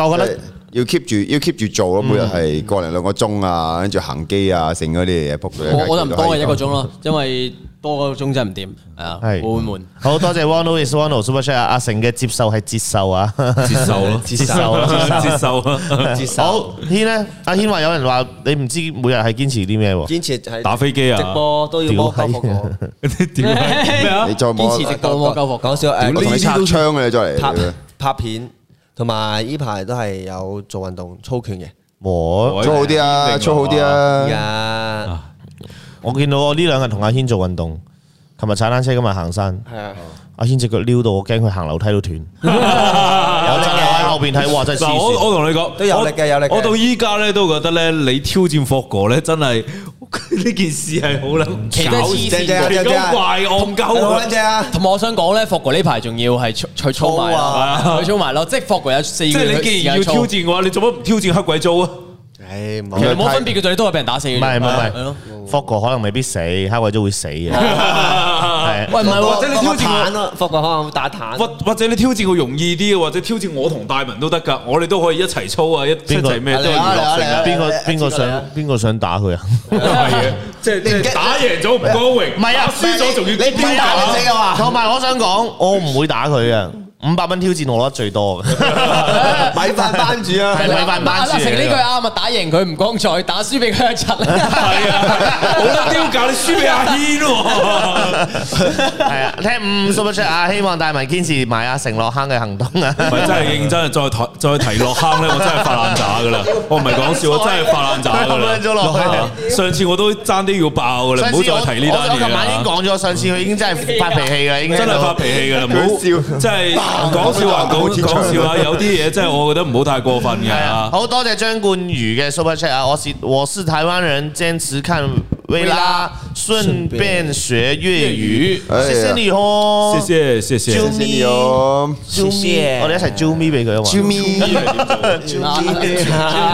Speaker 1: 我覺
Speaker 4: 即係
Speaker 1: 得
Speaker 4: 要 keep 住要 keep 住做咯，每日係個零兩個鐘啊，跟住行機啊，剩嗰啲嘢仆到一街
Speaker 6: 我我就唔多
Speaker 4: 都係
Speaker 6: 嘅一個鐘咯，因為多個鐘真係唔掂，係啊，
Speaker 1: 係
Speaker 6: 會悶。
Speaker 1: 好多謝 Wano is Wano Super Chat 啊阿成嘅接受係接受啊，
Speaker 2: 接受咯，
Speaker 1: 接受啊。
Speaker 2: 接受啊，
Speaker 1: 好，軒咧，阿軒話有人話你唔知每日係堅持啲咩喎？
Speaker 3: 堅持係
Speaker 2: 打飛機啊
Speaker 3: 直播都要幫
Speaker 1: 屌
Speaker 3: 我幫我
Speaker 2: 點啊咩啊？
Speaker 4: 你再
Speaker 6: 堅
Speaker 4: 冇
Speaker 6: 持直到摸鳩服，
Speaker 3: 講笑誒，
Speaker 4: 我同你
Speaker 3: 講
Speaker 4: 擦槍嘅你再
Speaker 3: 拍
Speaker 4: 嚟。
Speaker 3: 拍片，同埋依排都係有做運動操拳嘅。
Speaker 1: 我
Speaker 4: 操好啲啊，操好啲！啊！
Speaker 3: 而家
Speaker 1: 我見到我呢兩日同阿軒做運動，琴日踩單車，今日行山。
Speaker 3: 係啊，
Speaker 1: 阿軒只腳撩到，我驚佢行樓梯都斷。
Speaker 2: 啊
Speaker 3: 啊
Speaker 1: 有真啊係喺後邊睇，哇！真係
Speaker 2: 嗱，
Speaker 1: 黐
Speaker 2: 我
Speaker 1: 線。
Speaker 2: 我同你講，
Speaker 3: 都有力嘅
Speaker 2: 我
Speaker 3: 有力嘅
Speaker 2: 我到依家咧都覺得咧，你挑戰霍哥咧，真係 呢件事係好啦，
Speaker 6: 其實都係黐線
Speaker 3: 正正啊
Speaker 2: 奇
Speaker 3: 正正
Speaker 2: 鳩
Speaker 3: 啊，
Speaker 2: 怪戇鳩
Speaker 3: 好
Speaker 2: 啊
Speaker 3: 撚！正啊！
Speaker 6: 同埋我想講咧，霍哥呢排仲要係操佢操埋
Speaker 3: 操啊
Speaker 6: 咯，佢操埋咯，即係霍哥有四
Speaker 2: 即
Speaker 6: 個
Speaker 2: 係你
Speaker 6: 月
Speaker 2: 既然要
Speaker 6: 時間操
Speaker 2: 挑戰嘅話，你做乜唔挑戰黑鬼租啊？
Speaker 3: 唉，冇
Speaker 6: 其實冇分別嘅，最多係俾人打死嘅啫。
Speaker 1: 唔係唔係
Speaker 6: 係咯
Speaker 1: 唔係，霍哥可能未必
Speaker 3: 啊
Speaker 1: 死，黑位都會死嘅。 係
Speaker 6: 喂唔係
Speaker 3: 或
Speaker 6: 喎，
Speaker 3: 者你
Speaker 2: 挑
Speaker 3: 挑
Speaker 2: 戰
Speaker 3: 戰
Speaker 2: 我
Speaker 3: 坦咯，霍國可能會打坦
Speaker 2: 或。或者你挑戰個容易啲嘅，或者挑戰我同大文都得㗎，我哋都可以一齊操啊，一一
Speaker 1: 個
Speaker 2: 齊咩都係
Speaker 3: 嚟啊
Speaker 2: 娛樂性
Speaker 3: 嚟啊嚟啊
Speaker 2: 啊，
Speaker 1: 邊個
Speaker 3: 誒
Speaker 1: 邊個
Speaker 3: 知道你
Speaker 1: 想
Speaker 3: 啊
Speaker 1: 邊個想打佢啊？
Speaker 2: 係嘅，即係即係打贏咗唔光榮，唔
Speaker 1: 係啊
Speaker 2: 輸咗仲要
Speaker 3: 你邊打你死啊嘛？
Speaker 1: 同埋我想講，我唔會打佢嘅。五百蚊挑戰我攞得最多嘅，
Speaker 3: 米飯班主 啊！
Speaker 1: 係米飯班
Speaker 6: 阿
Speaker 1: 主嚟
Speaker 6: 成呢
Speaker 1: 嘅
Speaker 6: 句啱啊，打贏佢唔光彩，打輸俾佢一柒。 係
Speaker 2: 係啊，冇得丟架，你輸俾阿軒喎。
Speaker 1: 係啊，聽五 super chat 啊，希望大文堅持埋阿成落坑嘅行動啊！
Speaker 2: 唔係真係認真啊！再提再提落坑咧，我真係發爛渣噶啦！我唔係講笑，我真係發爛渣噶
Speaker 1: 咁樣咗落
Speaker 2: 啦啊
Speaker 1: 去。
Speaker 2: 上次我都爭啲要爆噶啦，唔好再提呢單
Speaker 1: 我琴
Speaker 2: 嘢
Speaker 1: 晚已經
Speaker 2: 啦。
Speaker 1: 講咗，上次佢已經真係發脾氣啦，已經
Speaker 2: 真係發脾氣噶啦，唔好
Speaker 4: 佢笑
Speaker 2: 即係 講笑話講講笑話，有啲嘢真係我覺得唔好太過分嘅啊
Speaker 1: 好多謝張冠宇嘅 super chat 啊！我是我是台灣人，堅持看薇拉，順便學粵語，謝謝你哦，
Speaker 2: 謝謝
Speaker 1: 啾
Speaker 2: 謝謝。
Speaker 4: 哎謝你哦，
Speaker 1: 啾咪，我哋一齊啾咪俾佢啊嘛！
Speaker 4: 啾咪，
Speaker 6: 啊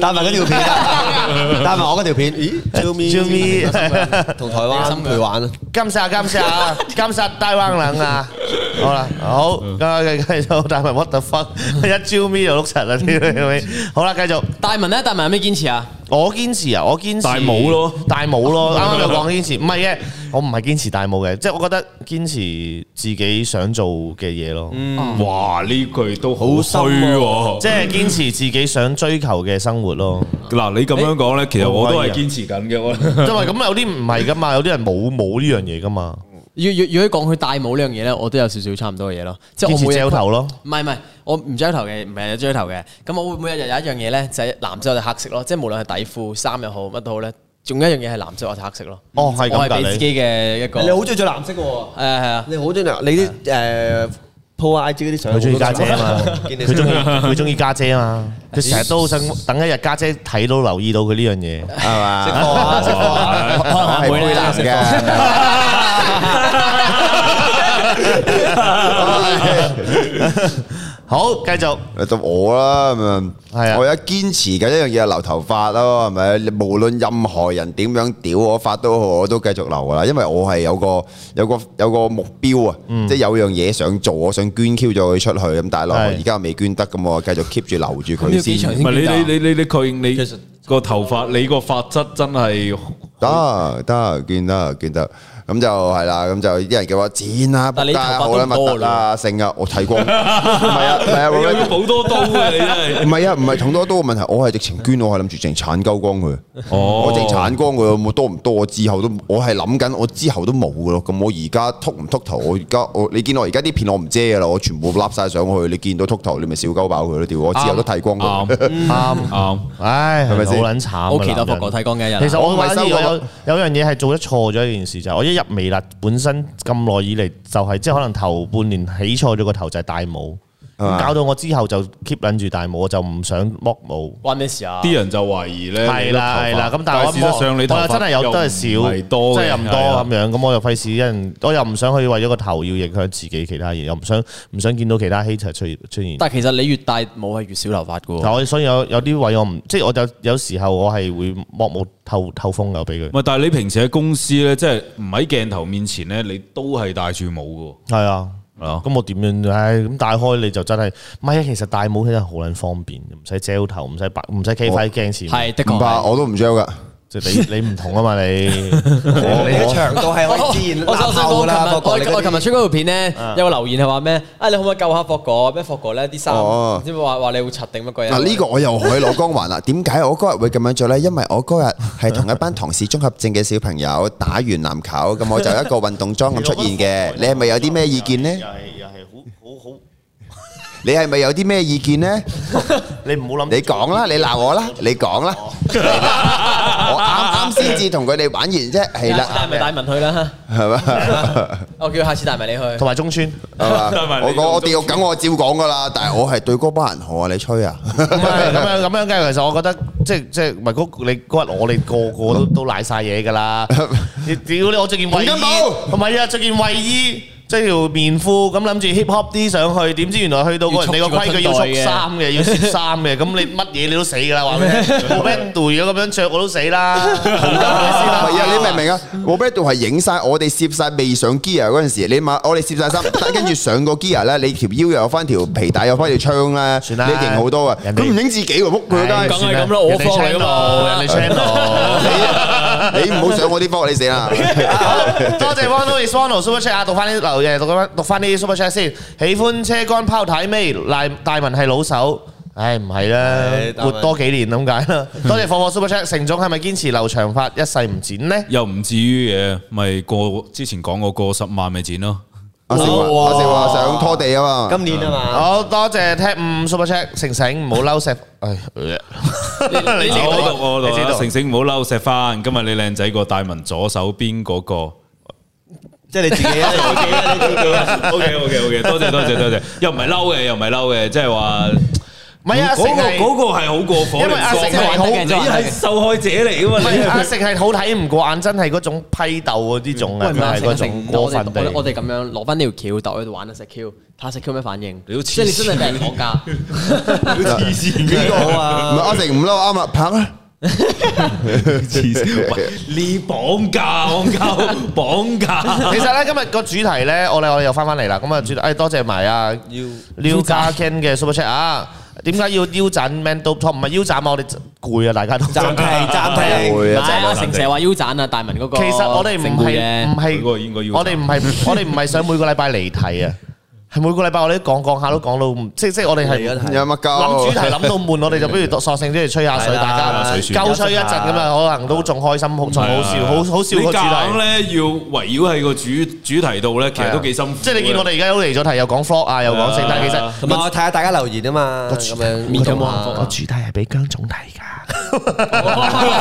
Speaker 3: 打埋嗰條片 啊，打埋我嗰條片。咦，Jill Me，
Speaker 1: 啾咪，
Speaker 3: 同台灣去玩啊！
Speaker 1: 金沙金沙金沙台灣人啊！好啦，好，咁啊繼續， 但係 what the fuck，一啾咪就碌柒啦，屌你老味！好啦，繼續。
Speaker 6: 大文咧，大文有咩堅持啊？
Speaker 1: 我堅持啊，我堅持
Speaker 2: 戴帽咯，
Speaker 1: 戴帽 咯，啱啱有講堅持，唔係嘅，我唔係堅持戴帽嘅，即係我覺得堅持自己想做嘅嘢咯，
Speaker 2: 嗯哇！呢句都好衰喎
Speaker 1: 即。係堅持自己想追求嘅生活咯。
Speaker 2: 嗱，你咁樣講咧，其實我都
Speaker 1: 啊
Speaker 2: 係堅持緊嘅。我
Speaker 1: 因為咁有啲唔係噶嘛，有啲人冇冇呢樣嘢噶 嘛，
Speaker 6: 要要要講佢戴帽呢樣嘢咧，我都有少少差唔多嘅嘢咯，即係
Speaker 1: 堅
Speaker 6: 我
Speaker 1: 持
Speaker 6: 每日
Speaker 1: 遮頭咯。
Speaker 6: 唔係唔係，我唔追頭嘅，唔係有追頭嘅。咁我會每日日有一樣嘢咧，就係藍色或者黑色咯，即係無論係底褲、衫又好，乜都好咧。仲有一樣嘢係藍色或者黑色咯。
Speaker 1: 哦係咁㗎
Speaker 6: 我係俾
Speaker 1: 你
Speaker 6: 自己嘅一個。
Speaker 3: 你好中意着藍色嘅喎，
Speaker 6: 係啊係啊，
Speaker 3: 你好中意藍你啲誒 po 啊 IG 嗰啲相，
Speaker 1: 佢中意家姐啊嘛，
Speaker 3: 見你
Speaker 1: 佢中意佢中意家姐啊嘛，佢成日都好想等一日家姐睇到留意到佢呢樣嘢。
Speaker 4: 係嘛？
Speaker 3: 啊，識貨啊
Speaker 6: 可能我
Speaker 4: 係
Speaker 6: 妹
Speaker 4: 灰
Speaker 6: 咧
Speaker 4: 藍嘅，
Speaker 1: 好，繼續
Speaker 4: 到我啦咁樣。
Speaker 1: 係啊
Speaker 4: 我而家堅持緊一樣嘢係留頭髮咯，係咪？無論任何人點樣屌我髮都好，我都繼續留噶啦，因為我係有個有個有個目標啊，即係有樣嘢想做，我想捐 Q 咗佢出去咁，但係落
Speaker 1: 係
Speaker 4: 而家未捐得，咁我繼續 keep 住留住
Speaker 6: 咁要
Speaker 4: 佢
Speaker 6: 幾
Speaker 4: 先
Speaker 6: 長。
Speaker 2: 唔係你你你你你確認你個頭髮，你個髮質真係
Speaker 4: 得得見得見得，咁就係啦，咁就啲人叫我剪啊，
Speaker 6: 但係
Speaker 4: 仆
Speaker 6: 你
Speaker 4: 街
Speaker 6: 頭髮都
Speaker 4: 啊好啦，
Speaker 6: 唔多
Speaker 4: 乜得啊，剩啊，我睇 過，唔係啊，唔係啊
Speaker 2: 你又
Speaker 4: Roland-
Speaker 2: 要補多刀嘅，你真係。
Speaker 4: 唔係啊，唔係同多多嘅問題，我係直情捐，我係諗住淨鏟鳩光佢，
Speaker 2: 哦
Speaker 4: 我淨鏟光佢，冇多唔多，我之後都我係諗緊，我之後都冇噶咯。咁我而家秃唔秃頭，我而家我你見我而家啲片我唔遮噶啦，我全部笠晒上去，你見到秃頭你咪少鳩爆佢咯，屌！我之後都剃光
Speaker 6: 哦
Speaker 4: 佢。
Speaker 1: 啱，
Speaker 2: 啱啱，
Speaker 1: 嗯唉，係咪
Speaker 4: 咪
Speaker 1: 好
Speaker 4: 先
Speaker 1: 撚慘啊？
Speaker 6: 我期待
Speaker 1: 男
Speaker 6: 霍
Speaker 1: 人
Speaker 6: 國睇光嘅一日啊。
Speaker 1: 其實我
Speaker 4: 我
Speaker 1: 反
Speaker 4: 咪
Speaker 1: 而
Speaker 4: 收
Speaker 1: 我
Speaker 4: 過
Speaker 1: 有有樣嘢係做得錯咗一件事就係我一入微辣本身咁耐以嚟就係即係可能頭半年起錯咗個頭就係戴帽，
Speaker 4: 啊
Speaker 1: 咁搞到我之後就 keep 撚住戴帽，我就唔想剝帽。
Speaker 6: 關咩事啊？
Speaker 2: 啲人就懷疑咧，
Speaker 1: 係啦係啦，咁但係
Speaker 2: 係
Speaker 1: 我
Speaker 2: 事實上你
Speaker 1: 我又真係
Speaker 2: 係
Speaker 1: 有得係
Speaker 2: 少，
Speaker 1: 少，
Speaker 2: 係多嘅，
Speaker 1: 真係唔多
Speaker 2: 係啊
Speaker 1: 咁樣，咁我又費事一人，我又唔想去為咗個頭要影響自己其他嘢，又唔想唔想見到其他 hater 出現出現。
Speaker 6: 但係其實你越大冇係越少頭髮嘅喎
Speaker 1: 但。我所以有有啲位我唔，即係我有有時候我係會剝帽透透風嘅俾佢
Speaker 2: 唔。係，但係你平時喺公司咧，即係唔喺鏡頭面前咧，你都係戴住帽嘅喎。
Speaker 1: 係啊，
Speaker 2: 係啊
Speaker 1: 咁我點樣？唉，咁戴開你就真係，唔係啊，其實戴帽真係好撚方便，唔使遮頭，唔使白，唔使企喺鏡前面。
Speaker 6: 係的
Speaker 4: 唔
Speaker 6: 確
Speaker 4: 怕，
Speaker 6: 係。
Speaker 4: 我都唔着噶。
Speaker 1: 即 係你你唔同啊嘛，你你
Speaker 3: 你嘅長度係可以自然
Speaker 6: 哦我想
Speaker 3: 立後啦，
Speaker 6: 我
Speaker 3: 霍
Speaker 6: 我
Speaker 3: 哥你
Speaker 6: 我
Speaker 3: 嗰
Speaker 6: 琴日
Speaker 3: 啲
Speaker 6: 出嗰條片咧，有個留言係話咩？啊，你可唔可以救下霍哥？咩霍哥咧啲衫，
Speaker 4: 哦
Speaker 6: 唔知話話你會柒定乜鬼啊？
Speaker 4: 嗱呢個我又可以攞 光環啦。點解我嗰日會咁樣做呢？因為我嗰日係同一班唐氏綜合症嘅小朋友打完籃球，咁我就一個運動裝咁出 現嘅。你係咪有啲咩意見呢？
Speaker 1: 又係又係好好好，
Speaker 4: 你係咪有啲咩意見呢？
Speaker 1: 你唔好諗。
Speaker 4: 你講啦，你鬧我啦，你講啦。我啱啱先至同佢哋玩完啫，係
Speaker 6: 帶
Speaker 4: 啦，
Speaker 6: 埋大文去啦，
Speaker 4: 係嘛？
Speaker 6: 我叫下次帶埋你去。
Speaker 1: 同埋中村，唔
Speaker 4: 係嘛？
Speaker 2: 埋你
Speaker 4: 我講我屌，梗我照講噶啦，但係我係對嗰班人好啊，你吹啊？
Speaker 1: 係咁樣咁樣嘅。其實我覺得即係即係唔係嗰你嗰日我哋個個都都賴晒嘢㗎啦。你屌你我着件衞衣，
Speaker 4: 洪金
Speaker 1: 唔
Speaker 4: 寶
Speaker 1: 係啊，着件衞衣。即條棉褲咁諗住 hip hop 啲上去，點知原來去到個人哋個規矩要縮衫嘅，要摺衫嘅，咁你乜嘢你都死㗎啦！話咩？冇咩度如果咁樣着我都死啦，
Speaker 4: 係啊，你明唔明啊？我 b r a d 係影晒我哋攝晒未上 gear 嗰陣時，你買我哋攝晒衫，但跟住上個 gear 咧，你條腰又有翻條皮帶，有翻條槍咧，
Speaker 1: 算啦
Speaker 4: 你型好多啊！
Speaker 1: 人哋
Speaker 4: 佢唔影自己喎，仆佢
Speaker 1: 唉
Speaker 4: 街
Speaker 6: 梗。係咁啦我放你㗎嘛
Speaker 1: 人哋 channel，
Speaker 4: 你唔好上我啲科，你死啦！
Speaker 1: 多謝 One Is One Super Chat 啊，讀翻啲留嘢，讀翻讀翻啲 Super Chat 先。喜歡車乾拋太尾，賴大文係老手。唉，唔係
Speaker 3: 唉
Speaker 1: 啦，
Speaker 3: 大
Speaker 1: 活
Speaker 3: 文
Speaker 1: 多幾年咁解啦。多謝火火 Super Chat，成總係咪堅持留長髮一世唔剪呢？
Speaker 2: 又唔至於嘅，咪過之前講過過十萬咪剪咯。
Speaker 4: 阿成話，阿成話想拖地啊嘛。
Speaker 3: 今年啊嘛，
Speaker 1: 好多謝 Tap 五 Super Chat，成成唔好嬲石，唉，你
Speaker 2: 我度我
Speaker 1: 你自己
Speaker 2: 度，
Speaker 1: 讀
Speaker 2: 成成唔好嬲石翻。今日你靚仔過大文左手邊嗰個。
Speaker 3: 即係你自己啊，你自己啊，你 自己啊。
Speaker 2: OK OK OK，多謝多謝多謝，又唔係嬲嘅，又唔係嬲嘅，即係話
Speaker 1: 唔係啊，成
Speaker 2: 嗰個
Speaker 1: 係
Speaker 2: 嗰個係好過火，
Speaker 1: 因為阿成
Speaker 2: 你唔覺
Speaker 1: 係好
Speaker 2: 你係受害者嚟噶
Speaker 1: 唔
Speaker 2: 嘛？
Speaker 1: 係阿
Speaker 2: 你
Speaker 1: 成係好睇唔過眼，真係嗰種批鬥嗰啲種啊，
Speaker 6: 喂，唔
Speaker 1: 佢係
Speaker 6: 係
Speaker 1: 嗰
Speaker 6: 成
Speaker 1: 種
Speaker 6: 成，
Speaker 1: 過
Speaker 6: 我
Speaker 1: 分
Speaker 6: 哋我
Speaker 1: 地。
Speaker 6: 哋咁樣攞翻呢條橋，但我喺度玩啊石 Q，睇下石 Q 咩反應。
Speaker 2: 你好黐
Speaker 6: 即係你真係病房假，
Speaker 4: 黐線呢個
Speaker 3: 好
Speaker 4: 唔係
Speaker 3: 啊，
Speaker 4: 阿成唔嬲啱啦，拍啊啦。
Speaker 2: 黐線喂你綁架綁架綁架，
Speaker 1: 其實咧，今日個主題咧，我哋我哋又翻翻嚟啦。咁啊，主題，誒多謝埋啊廖家 Ken 嘅 Super Chat 啊。點解要腰斬 Man Do Top？唔係腰斬啊，我哋攰啊，大家都。
Speaker 3: 暫停暫停。
Speaker 4: 會
Speaker 6: 唔
Speaker 4: 啊，
Speaker 6: 係阿成成日話腰斬啊，大文嗰個。
Speaker 1: 其實我哋唔係唔
Speaker 6: 嘅，
Speaker 2: 佢嗰個應該
Speaker 1: 係，
Speaker 2: 腰斬
Speaker 1: 我哋唔係我哋唔係想每個禮拜離題啊。係每個禮拜我哋都講講下都講到唔，即即我哋係
Speaker 4: 有乜鳩
Speaker 1: 諗主題諗到悶，我哋就不如索性即係吹下水，
Speaker 3: 係啦
Speaker 1: 大家
Speaker 2: 水算
Speaker 1: 鳩吹一陣咁啊，可能都仲開心，仲好笑，好好笑
Speaker 2: 你
Speaker 1: 個主
Speaker 2: 夾硬
Speaker 1: 題。
Speaker 2: 咧要圍繞喺個主主題度咧，其實都幾辛苦嘅。
Speaker 1: 即係你見我哋而家都嚟咗題，又講 flog 啊，又講剩，但係其實
Speaker 3: 同埋我睇下大家留言啊嘛，咁樣
Speaker 6: 面有冇幸福
Speaker 1: 個主題係俾姜總睇㗎。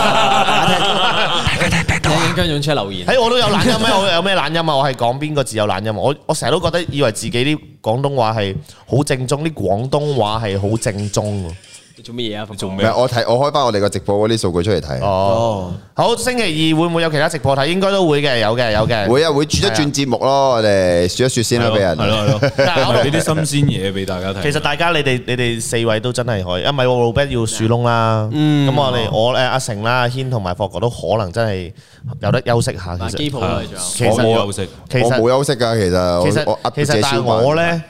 Speaker 6: 聽姜總出留言，
Speaker 1: 喺我都有懶音咩？我有咩懶音啊？我係講邊個字有懶音啊？我我成日都覺得以為自己啲廣東話係好正宗，啲廣東話係好正宗喎。
Speaker 6: 你做乜嘢啊？做
Speaker 4: 唔係我睇我開翻我哋個直播嗰啲數據出嚟睇，
Speaker 1: 哦，好，星期二會唔會有其他直播睇？應該都會嘅，有嘅，有嘅。
Speaker 4: 會啊會轉一轉節目咯，我哋説一説先啦俾人
Speaker 2: 係。咯係 咯，係俾啲新鮮嘢俾大家睇。
Speaker 1: 其實大家你哋你哋四位都真係可以，啊唔係喎 Robert 要樹窿啦，咁我哋我誒阿成啦、阿軒同埋霍哥都可能真係有得休息下。
Speaker 6: 嗱，
Speaker 1: 其
Speaker 6: 機
Speaker 1: 實
Speaker 6: 鋪嚟仲有。
Speaker 1: 其實
Speaker 2: 我冇休息，
Speaker 1: 其
Speaker 4: 我冇
Speaker 1: 實
Speaker 4: 休息㗎，
Speaker 1: 其
Speaker 4: 其實
Speaker 1: 實
Speaker 4: 我我噏呃
Speaker 1: 其實
Speaker 4: 謝
Speaker 1: 但係
Speaker 4: 小曼
Speaker 1: 我咧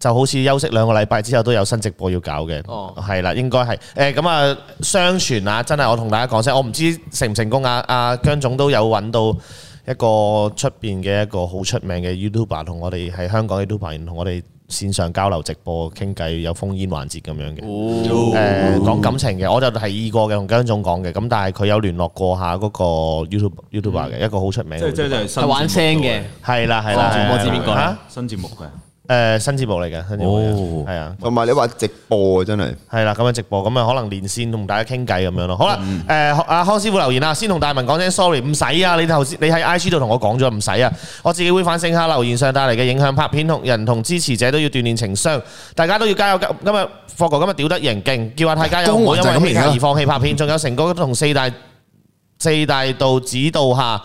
Speaker 1: 就好似休息兩個禮拜之後都有新直播要搞嘅，
Speaker 6: 哦
Speaker 1: 係啦，應該係誒咁啊，相傳啊，真係我同大家講聲，我唔知成唔成功啊，阿姜總都有揾到一個出邊嘅一個好出名嘅 YouTuber 同我哋喺香港嘅 YouTuber 同我哋線上交流直播傾偈，有封煙環節咁樣嘅。誒、
Speaker 4: 哦
Speaker 1: 講感情嘅，我就提議過嘅，同姜總講嘅，咁但係佢有聯絡過下嗰個 YouTube YouTuber 嘅、
Speaker 4: 嗯
Speaker 1: 一個好出名
Speaker 2: 即係
Speaker 1: 嘅，
Speaker 2: 即係係新
Speaker 6: 係玩聲嘅
Speaker 2: 節目，
Speaker 1: 係啦係啦，
Speaker 6: 哦
Speaker 1: 係啦
Speaker 6: 我知邊個啦
Speaker 1: 嚇
Speaker 2: 嚟嘅，新節目嘅。
Speaker 1: 誒呃新節目嚟嘅，新節目嚟嘅係啊。
Speaker 4: 同埋你話直播啊真係，
Speaker 1: 係啦，咁樣直播，咁啊可能連線同大家傾偈咁樣咯。好啦，誒阿康師傅留言啊啦，先同大文講聲 sorry，唔使啊，你頭先你喺 IG 度同我講咗唔使啊，我自己會反省下留言上帶嚟嘅影響，拍片同人同支持者都要鍛鍊情商，大家都要加油。今今日霍哥今日屌得贏勁，叫阿泰加油，唔好因為氣壓而放棄拍片，仲有成哥同四大四大道指導下。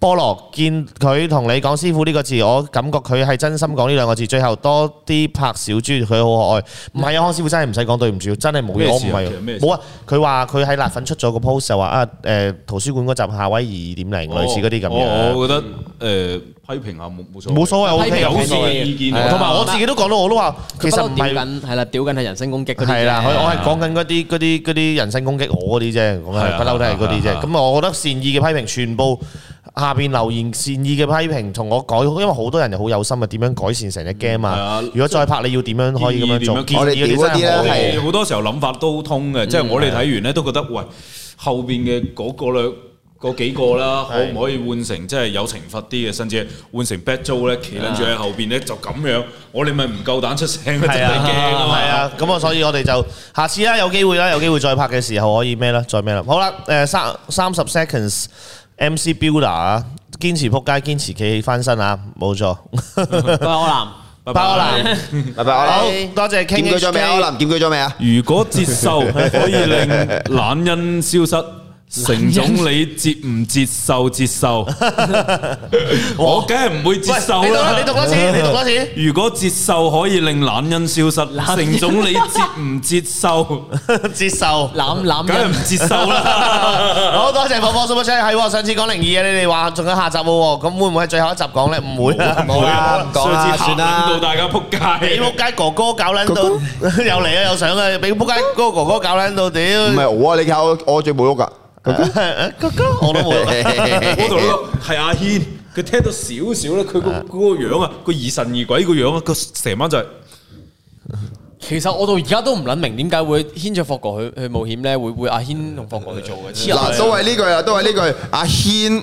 Speaker 1: 菠蘿見佢同你講師傅呢個字，我感覺佢係真心講呢兩個字。最後多啲拍小豬，佢好可愛。唔係啊，康師傅真係唔使講對唔住，真係冇嘢。
Speaker 2: 咩
Speaker 1: 我唔
Speaker 2: 事啊其實
Speaker 1: 係
Speaker 2: 咩事
Speaker 1: 冇啊。佢話佢喺辣粉出咗個 post 就話啊誒圖書館嗰集夏威夷二點零類似嗰啲咁
Speaker 2: 我
Speaker 1: 樣。
Speaker 2: 我覺得誒批評下啊冇冇所謂
Speaker 1: 冇所謂
Speaker 6: 批評
Speaker 1: ，OK
Speaker 2: 有
Speaker 6: 冇所謂
Speaker 2: 嘅意見
Speaker 1: 同
Speaker 2: 啊，
Speaker 1: 埋我自己都講到，我都話其實唔
Speaker 6: 屌
Speaker 1: 係。
Speaker 6: 緊，係啦，屌緊係人身攻擊嗰啲嘅。
Speaker 1: 係啦，我我係講緊嗰啲嗰啲嗰啲人身攻擊我嗰啲啫，咁
Speaker 2: 係
Speaker 1: 啊
Speaker 2: 啊
Speaker 1: 不嬲都係嗰啲
Speaker 2: 係啊係
Speaker 1: 啫。
Speaker 2: 啊
Speaker 1: 咁我覺得善意嘅批評，全部下邊留言善意嘅批評，同我改，因為好多人就好有心啊，點樣改善成隻 game
Speaker 2: 係
Speaker 1: 啊
Speaker 2: 啊？
Speaker 1: 如果再拍，你要點樣可以咁樣做？
Speaker 2: 建
Speaker 4: 議
Speaker 1: 建
Speaker 4: 點樣
Speaker 1: 議嗰啲真係好嗯
Speaker 4: 我哋屌嗰啲呢
Speaker 2: 我哋好多時候諗法都通嘅，即係我哋睇完咧都覺得，喂，後邊嘅嗰個兩嗰幾個啦，可
Speaker 1: 係
Speaker 2: 唔可以換成即係有懲罰啲嘅，甚至係換成 bad joe 咧，企撚住喺後邊咧就咁樣，我哋咪唔夠膽出聲，真係
Speaker 1: 係啊，
Speaker 2: 驚啊嘛
Speaker 1: 係！啊，咁啊，所以我哋就下次啦，有機會啦，有機會再拍嘅時候可以咩啦，再咩啦。好啦，誒三三十 seconds MC Builder 啊，堅持撲街，堅持企起翻身啊，冇錯，
Speaker 6: 包男，
Speaker 2: 拜拜
Speaker 1: 包男，
Speaker 4: 拜拜
Speaker 1: 好
Speaker 4: 我
Speaker 1: 多謝
Speaker 4: 諗，
Speaker 1: King
Speaker 4: 檢舉咗未啊？
Speaker 1: HK
Speaker 4: 我諗檢舉咗未啊？
Speaker 2: 如果接受可以令懶人消失，成總你接唔接受？接受，我梗係唔會接
Speaker 1: 喂，
Speaker 2: 受
Speaker 1: 你讀
Speaker 2: 啦。
Speaker 1: 你讀多次，你讀多次。
Speaker 2: 如果接受可以令懶人消失，成總你接唔接受？
Speaker 1: 接 受。
Speaker 6: 攬攬
Speaker 2: 梗係
Speaker 6: 人
Speaker 2: 唔接受 啦。
Speaker 1: 好多謝火火 super chat，係喎上次講靈異嘅，你哋話仲有下集喎，咁會唔會係最後一集講咧？唔會 啦，
Speaker 3: 冇啦，唔講啦，
Speaker 2: 上次
Speaker 3: 啊
Speaker 2: 嚇
Speaker 3: 算
Speaker 2: 到
Speaker 3: 啦。
Speaker 2: 大家撲
Speaker 1: 俾
Speaker 2: 街。
Speaker 1: 仆街哥哥搞撚到， 又嚟啊又上啊，俾仆街嗰個哥哥搞撚到，屌！
Speaker 4: 唔係我啊，你靠我我最冇碌噶。
Speaker 1: 哥哥我都冇。
Speaker 2: 嗰度呢個係阿軒，佢聽到少少咧，佢個嗰個樣啊，個疑神疑鬼個樣啊，個成晚就係
Speaker 6: 其實我到而家都唔撚明點解會牽着霍哥去去冒險 咧，會會阿軒同霍哥去做嘅。黐
Speaker 4: 嗱，
Speaker 6: 線
Speaker 4: 都係呢句啊啦，都係呢句。阿軒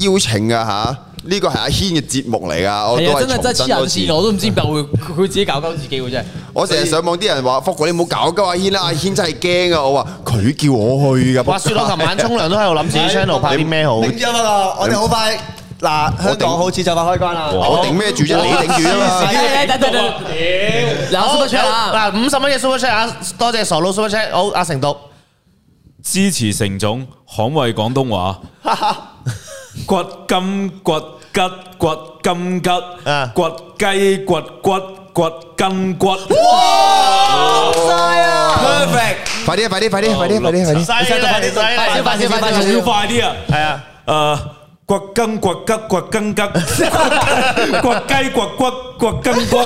Speaker 4: 邀請噶吓，呢個係阿軒嘅節目嚟噶，我都
Speaker 6: 係啊，
Speaker 4: 係
Speaker 6: 真係
Speaker 4: 重
Speaker 6: 真係黐
Speaker 4: 申多
Speaker 6: 人
Speaker 4: 次
Speaker 6: 線，。我都唔知點解會佢佢自己搞鳩自己嘅啫。
Speaker 4: 我成日上網啲人話：福哥你唔好搞鳩阿軒啦，阿軒真係驚啊！我話佢叫我去噶。
Speaker 1: 話説我琴晚沖涼都喺度諗自己 channel 拍啲咩好。
Speaker 3: 頂咗啦，我哋好快嗱，香港好似就快開關啦。
Speaker 4: 我頂咩住啫？你頂住啊嘛。
Speaker 6: 係等等等，嗱，super chat 啦，
Speaker 1: 嗱，五十蚊嘅 super chat 啊，多謝傻佬 super chat。好，阿成讀。
Speaker 2: 支持成總捍衛廣東話，掘金掘吉掘金吉，
Speaker 1: 啊
Speaker 2: 掘雞掘骨掘筋骨。
Speaker 6: perfect，
Speaker 4: 快啲啊！快啲！快啲！快啲！快啲！快啲！
Speaker 1: 犀利，犀利，
Speaker 6: 快啲快啲快啲
Speaker 2: 要快啲啊！
Speaker 1: 係啊。
Speaker 2: 誒，掘筋掘吉掘筋吉，掘雞掘骨掘筋骨。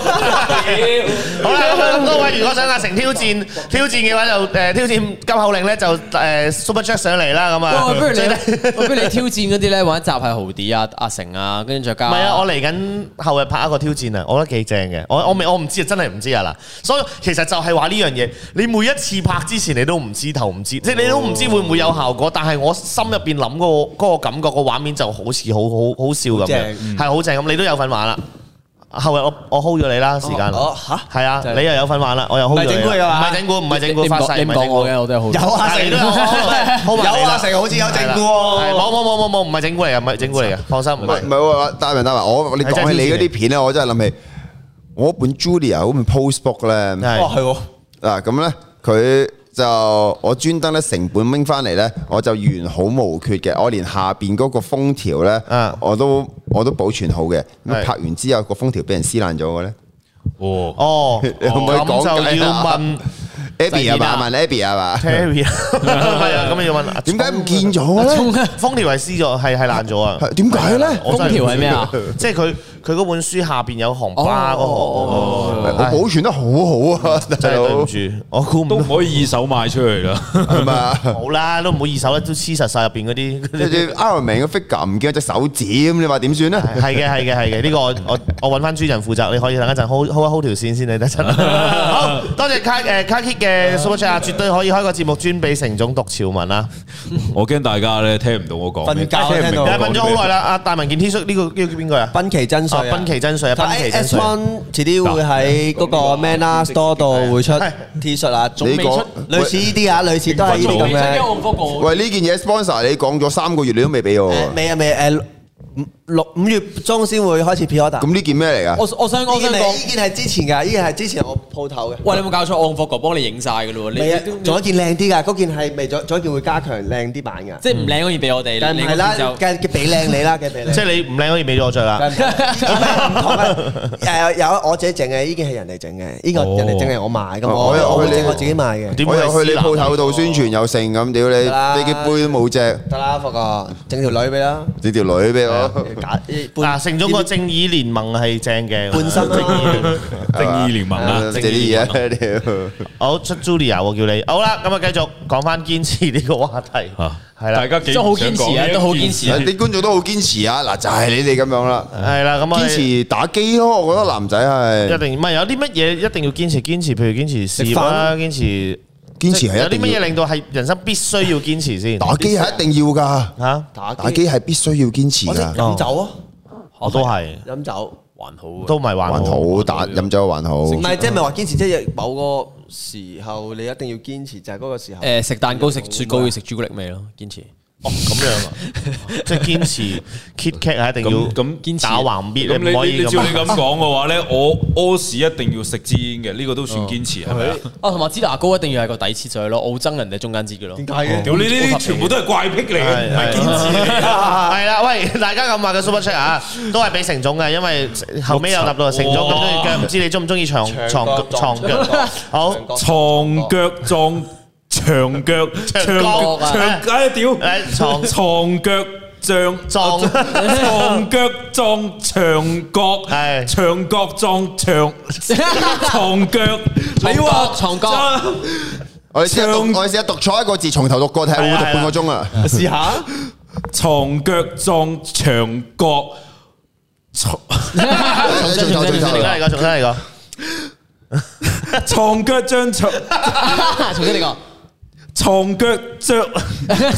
Speaker 1: 好啦，咁啊各位如果想阿成挑戰挑戰嘅話，就誒挑戰金口令咧，就誒 Super Jack 上嚟啦，咁啊。
Speaker 6: 喂，哦不如
Speaker 1: 最低
Speaker 6: 你， 我不如你挑戰嗰啲咧，玩一集係豪啲啊、阿成啊，跟住再 加。
Speaker 1: 唔係啊！我嚟緊後日拍一個挑戰啊，我覺得幾正嘅。我我未我唔知啊，真係唔知啊嗱。所以其實就係話呢樣嘢，你每一次拍之前你都唔知頭唔知，即係你都唔知會唔會有效果。但係我心入邊諗嗰個嗰個感覺個畫面就好似好好好笑咁樣，係好正咁。你都有份玩啦。後日我我 hold 咗你啦，時間。
Speaker 3: 哦嚇
Speaker 1: 係啊
Speaker 6: 就，係
Speaker 1: 你又有份玩啦，我又 hold 咗你啦。
Speaker 3: 唔係整蠱你㗎嘛
Speaker 1: 唔係整蠱，唔係整
Speaker 6: 你
Speaker 1: 蠱，
Speaker 6: 唔
Speaker 1: 發誓
Speaker 6: 講
Speaker 1: 唔
Speaker 6: 你
Speaker 1: 係
Speaker 6: 唔講
Speaker 1: 整
Speaker 6: 我嘅，
Speaker 1: 蠱。
Speaker 6: 我都係
Speaker 3: 有
Speaker 6: 豪。
Speaker 3: 阿
Speaker 1: 係
Speaker 3: 成，
Speaker 1: 你都有，hold 啊埋你啦
Speaker 3: 有阿啊成，好似有整蠱
Speaker 1: 係
Speaker 3: 喎。
Speaker 1: 冇冇冇冇冇，唔係整蠱嚟嘅，唔係整蠱嚟嘅，放心。唔
Speaker 4: 唔
Speaker 1: 係
Speaker 4: 係唔係喎，大文大文，我你講起你嗰啲片咧，我真係諗起我本 Julia 嗰本 postbook 咧。
Speaker 1: 係
Speaker 3: 哇，係喎。
Speaker 4: 嗱啊咁咧，佢就我專登咧成本拎翻嚟咧，我就完好無缺嘅，我連下邊嗰個封條咧
Speaker 1: 啊，
Speaker 4: 我都我都保存好嘅。
Speaker 1: 係
Speaker 4: 咁拍完之後個封條俾人撕爛咗嘅咧，
Speaker 2: 哦，
Speaker 1: 哦，
Speaker 4: 你可唔可以
Speaker 1: 咁
Speaker 4: 講解
Speaker 1: 就要
Speaker 4: 啊
Speaker 1: 問
Speaker 4: Abby 係嘛？問 Abby 係嘛？
Speaker 1: Terry 係啊，咁你要問
Speaker 4: 點解唔見咗咧？
Speaker 1: 封條係撕咗，係係爛咗啊？
Speaker 4: 係點解咧？
Speaker 1: 我真
Speaker 6: 封
Speaker 1: 啊係
Speaker 6: 條
Speaker 1: 唔
Speaker 6: 係
Speaker 1: 知
Speaker 6: 咩啊？
Speaker 1: 即係佢佢嗰本書下邊有行巴嗰行，
Speaker 4: 我保存得好好啊，大
Speaker 1: 真係對
Speaker 4: 佬
Speaker 1: 唔，住，我估
Speaker 2: 都
Speaker 1: 唔
Speaker 2: 唔可以二手賣出去啦。
Speaker 4: 係嘛？
Speaker 1: 好啦，都唔好二手啦，都黐實晒入邊嗰啲。
Speaker 4: 即係 Iron Man 個 figure 唔見咗隻手指，咁你話點算咧？
Speaker 1: 係嘅，係嘅，係嘅，呢個我我我揾翻主人負責，你可以等一陣 hold hold 一 hold 條線先，你等一陣。好多謝卡誒卡 kit 嘅 super chat，啊絕對可以開個節目專俾成總讀潮文啦。
Speaker 2: 我驚大家咧聽唔到我講咩，
Speaker 3: 瞓覺
Speaker 2: 聽唔明我
Speaker 3: 聽到
Speaker 1: 誒
Speaker 2: 講咩
Speaker 1: 問咗好耐啦，阿大文件 T 恤呢個呢個叫邊個啊？
Speaker 3: 賓奇真水
Speaker 1: 啊，
Speaker 3: 啊
Speaker 1: 賓奇真水啊，
Speaker 3: 但
Speaker 1: 賓奇真
Speaker 3: S
Speaker 1: 水。
Speaker 3: One 遲啲會喺嗰個 Manner Store 度會出 T 恤啊，仲未出
Speaker 4: 你講
Speaker 3: 類似呢啲啊，類似都係呢啲咁
Speaker 6: 因為
Speaker 3: 嘅。
Speaker 6: 我嗰個
Speaker 4: 喂，呢件嘢 sponsor 你講咗三個月，你都未俾我喎。
Speaker 3: 誒未啊未誒五六五月中先會開始 pre order。
Speaker 4: 咁呢件咩嚟㗎？
Speaker 6: 我我想我
Speaker 3: 呢
Speaker 6: 想
Speaker 3: 件係呢
Speaker 6: 講，
Speaker 3: 件係之前㗎，呢件係之前我鋪頭嘅。
Speaker 6: 喂，你有冇搞錯？我嗰個幫你影晒嘅咯喎，
Speaker 3: 未啊
Speaker 6: 你，
Speaker 3: 仲有一件靚啲㗎，嗰件係未仲仲有一件會加強靚啲版㗎。
Speaker 6: 即係唔靚嗰件俾我哋，
Speaker 3: 梗
Speaker 6: 你
Speaker 3: 係
Speaker 6: 嗰
Speaker 3: 啦
Speaker 6: 件，就
Speaker 3: 梗係俾靚你啦，梗係俾靚。
Speaker 1: 即係你唔靚可以俾咗我着啦。
Speaker 3: 誒有我自己整嘅，呢件係人哋整嘅，呢個人哋整係我買嘅，我我會整我自己買嘅。
Speaker 1: 點
Speaker 4: 我
Speaker 1: 會係啊
Speaker 4: 又去你
Speaker 1: 私男
Speaker 4: 鋪頭度宣傳又剩咁，屌你
Speaker 3: 得啦
Speaker 4: 飛機杯都冇隻，
Speaker 3: 得啦，霍哥，整條女俾啦，
Speaker 4: 你條女俾我。
Speaker 3: 假
Speaker 1: 嗱，成咗個正義聯盟係正嘅，
Speaker 3: 半身啦
Speaker 1: 正義聯盟
Speaker 2: 正義聯 盟啊，
Speaker 4: 借啲嘢啊屌！
Speaker 1: 好出 Julia 喎，叫你好啦，咁啊繼續講翻堅持呢個話題，
Speaker 2: 嚇
Speaker 1: 係啦
Speaker 2: 啊大，家幾
Speaker 6: 都好堅持啊，都好堅 持啊。
Speaker 4: 啲觀眾都好堅持啊！嗱，就係你哋咁樣啦，
Speaker 1: 係啦，咁啊
Speaker 4: 堅持打機咯。我覺得男仔
Speaker 1: 一
Speaker 4: 係
Speaker 1: 定唔係有啲乜嘢一定要堅持堅持，譬如堅持事業啦，堅持
Speaker 4: 堅持
Speaker 1: 即有
Speaker 4: 係一
Speaker 1: 啲
Speaker 4: 定
Speaker 1: 乜嘢
Speaker 4: 要
Speaker 1: 令到係人生必須要堅持先
Speaker 4: 打機係一定要㗎，
Speaker 1: 嚇，
Speaker 4: 打機係必須要堅持
Speaker 3: 我識
Speaker 4: 㗎。
Speaker 3: 飲酒啊，
Speaker 1: 我都係
Speaker 3: 飲酒
Speaker 5: 還好啊，
Speaker 1: 都唔係還
Speaker 4: 還
Speaker 1: 好，
Speaker 4: 好打飲酒還好，
Speaker 3: 唔係即係咪話堅持，即係某個時候你一定要堅持，就係嗰個時 候。
Speaker 6: 誒食蛋糕食雪糕要食朱古力味咯，堅持。
Speaker 1: 哦咁樣啊，即係堅持 Kit Kat 係一定要
Speaker 2: 咁咁堅
Speaker 6: 持
Speaker 1: 打橫必，
Speaker 2: 咁
Speaker 1: 你唔可
Speaker 2: 你你
Speaker 1: 以
Speaker 2: 你照你
Speaker 1: 咁啊。
Speaker 2: 咁講嘅話咧，我屙屎一定要食支煙嘅，呢個都算堅持係咪啊？
Speaker 6: 啊，同埋支牙膏一定要係個底切上去咯，我好憎人哋中間切嘅咯。
Speaker 3: 解嘅？
Speaker 2: 屌你呢啲全部都係怪癖嚟嘅，唔 係堅持嚟 嘅。
Speaker 1: 係啦，喂，大家咁話嘅 super chat 啊，都係俾成總嘅，因為後尾有答到成總咁中意腳，唔知你中唔中意長長腳長腳？好，
Speaker 2: 床腳撞長腳
Speaker 1: 長
Speaker 2: 長
Speaker 1: 角啊
Speaker 2: 長，哎屌！
Speaker 1: 誒床
Speaker 2: 床腳撞
Speaker 1: 撞
Speaker 2: 床腳撞長角，
Speaker 1: 係
Speaker 2: 長角撞長床腳，
Speaker 6: 你話床角
Speaker 4: 我哋試下讀
Speaker 2: 唱
Speaker 4: 我哋試下讀錯一個字，從頭讀過睇，會唔會讀半個鐘啊？
Speaker 3: 試下，
Speaker 2: 床腳撞長角，
Speaker 4: 重新
Speaker 6: 重新
Speaker 1: 重新嚟過，重新嚟過。
Speaker 2: 床腳將長。
Speaker 6: 重新嚟講，
Speaker 2: 床腳着，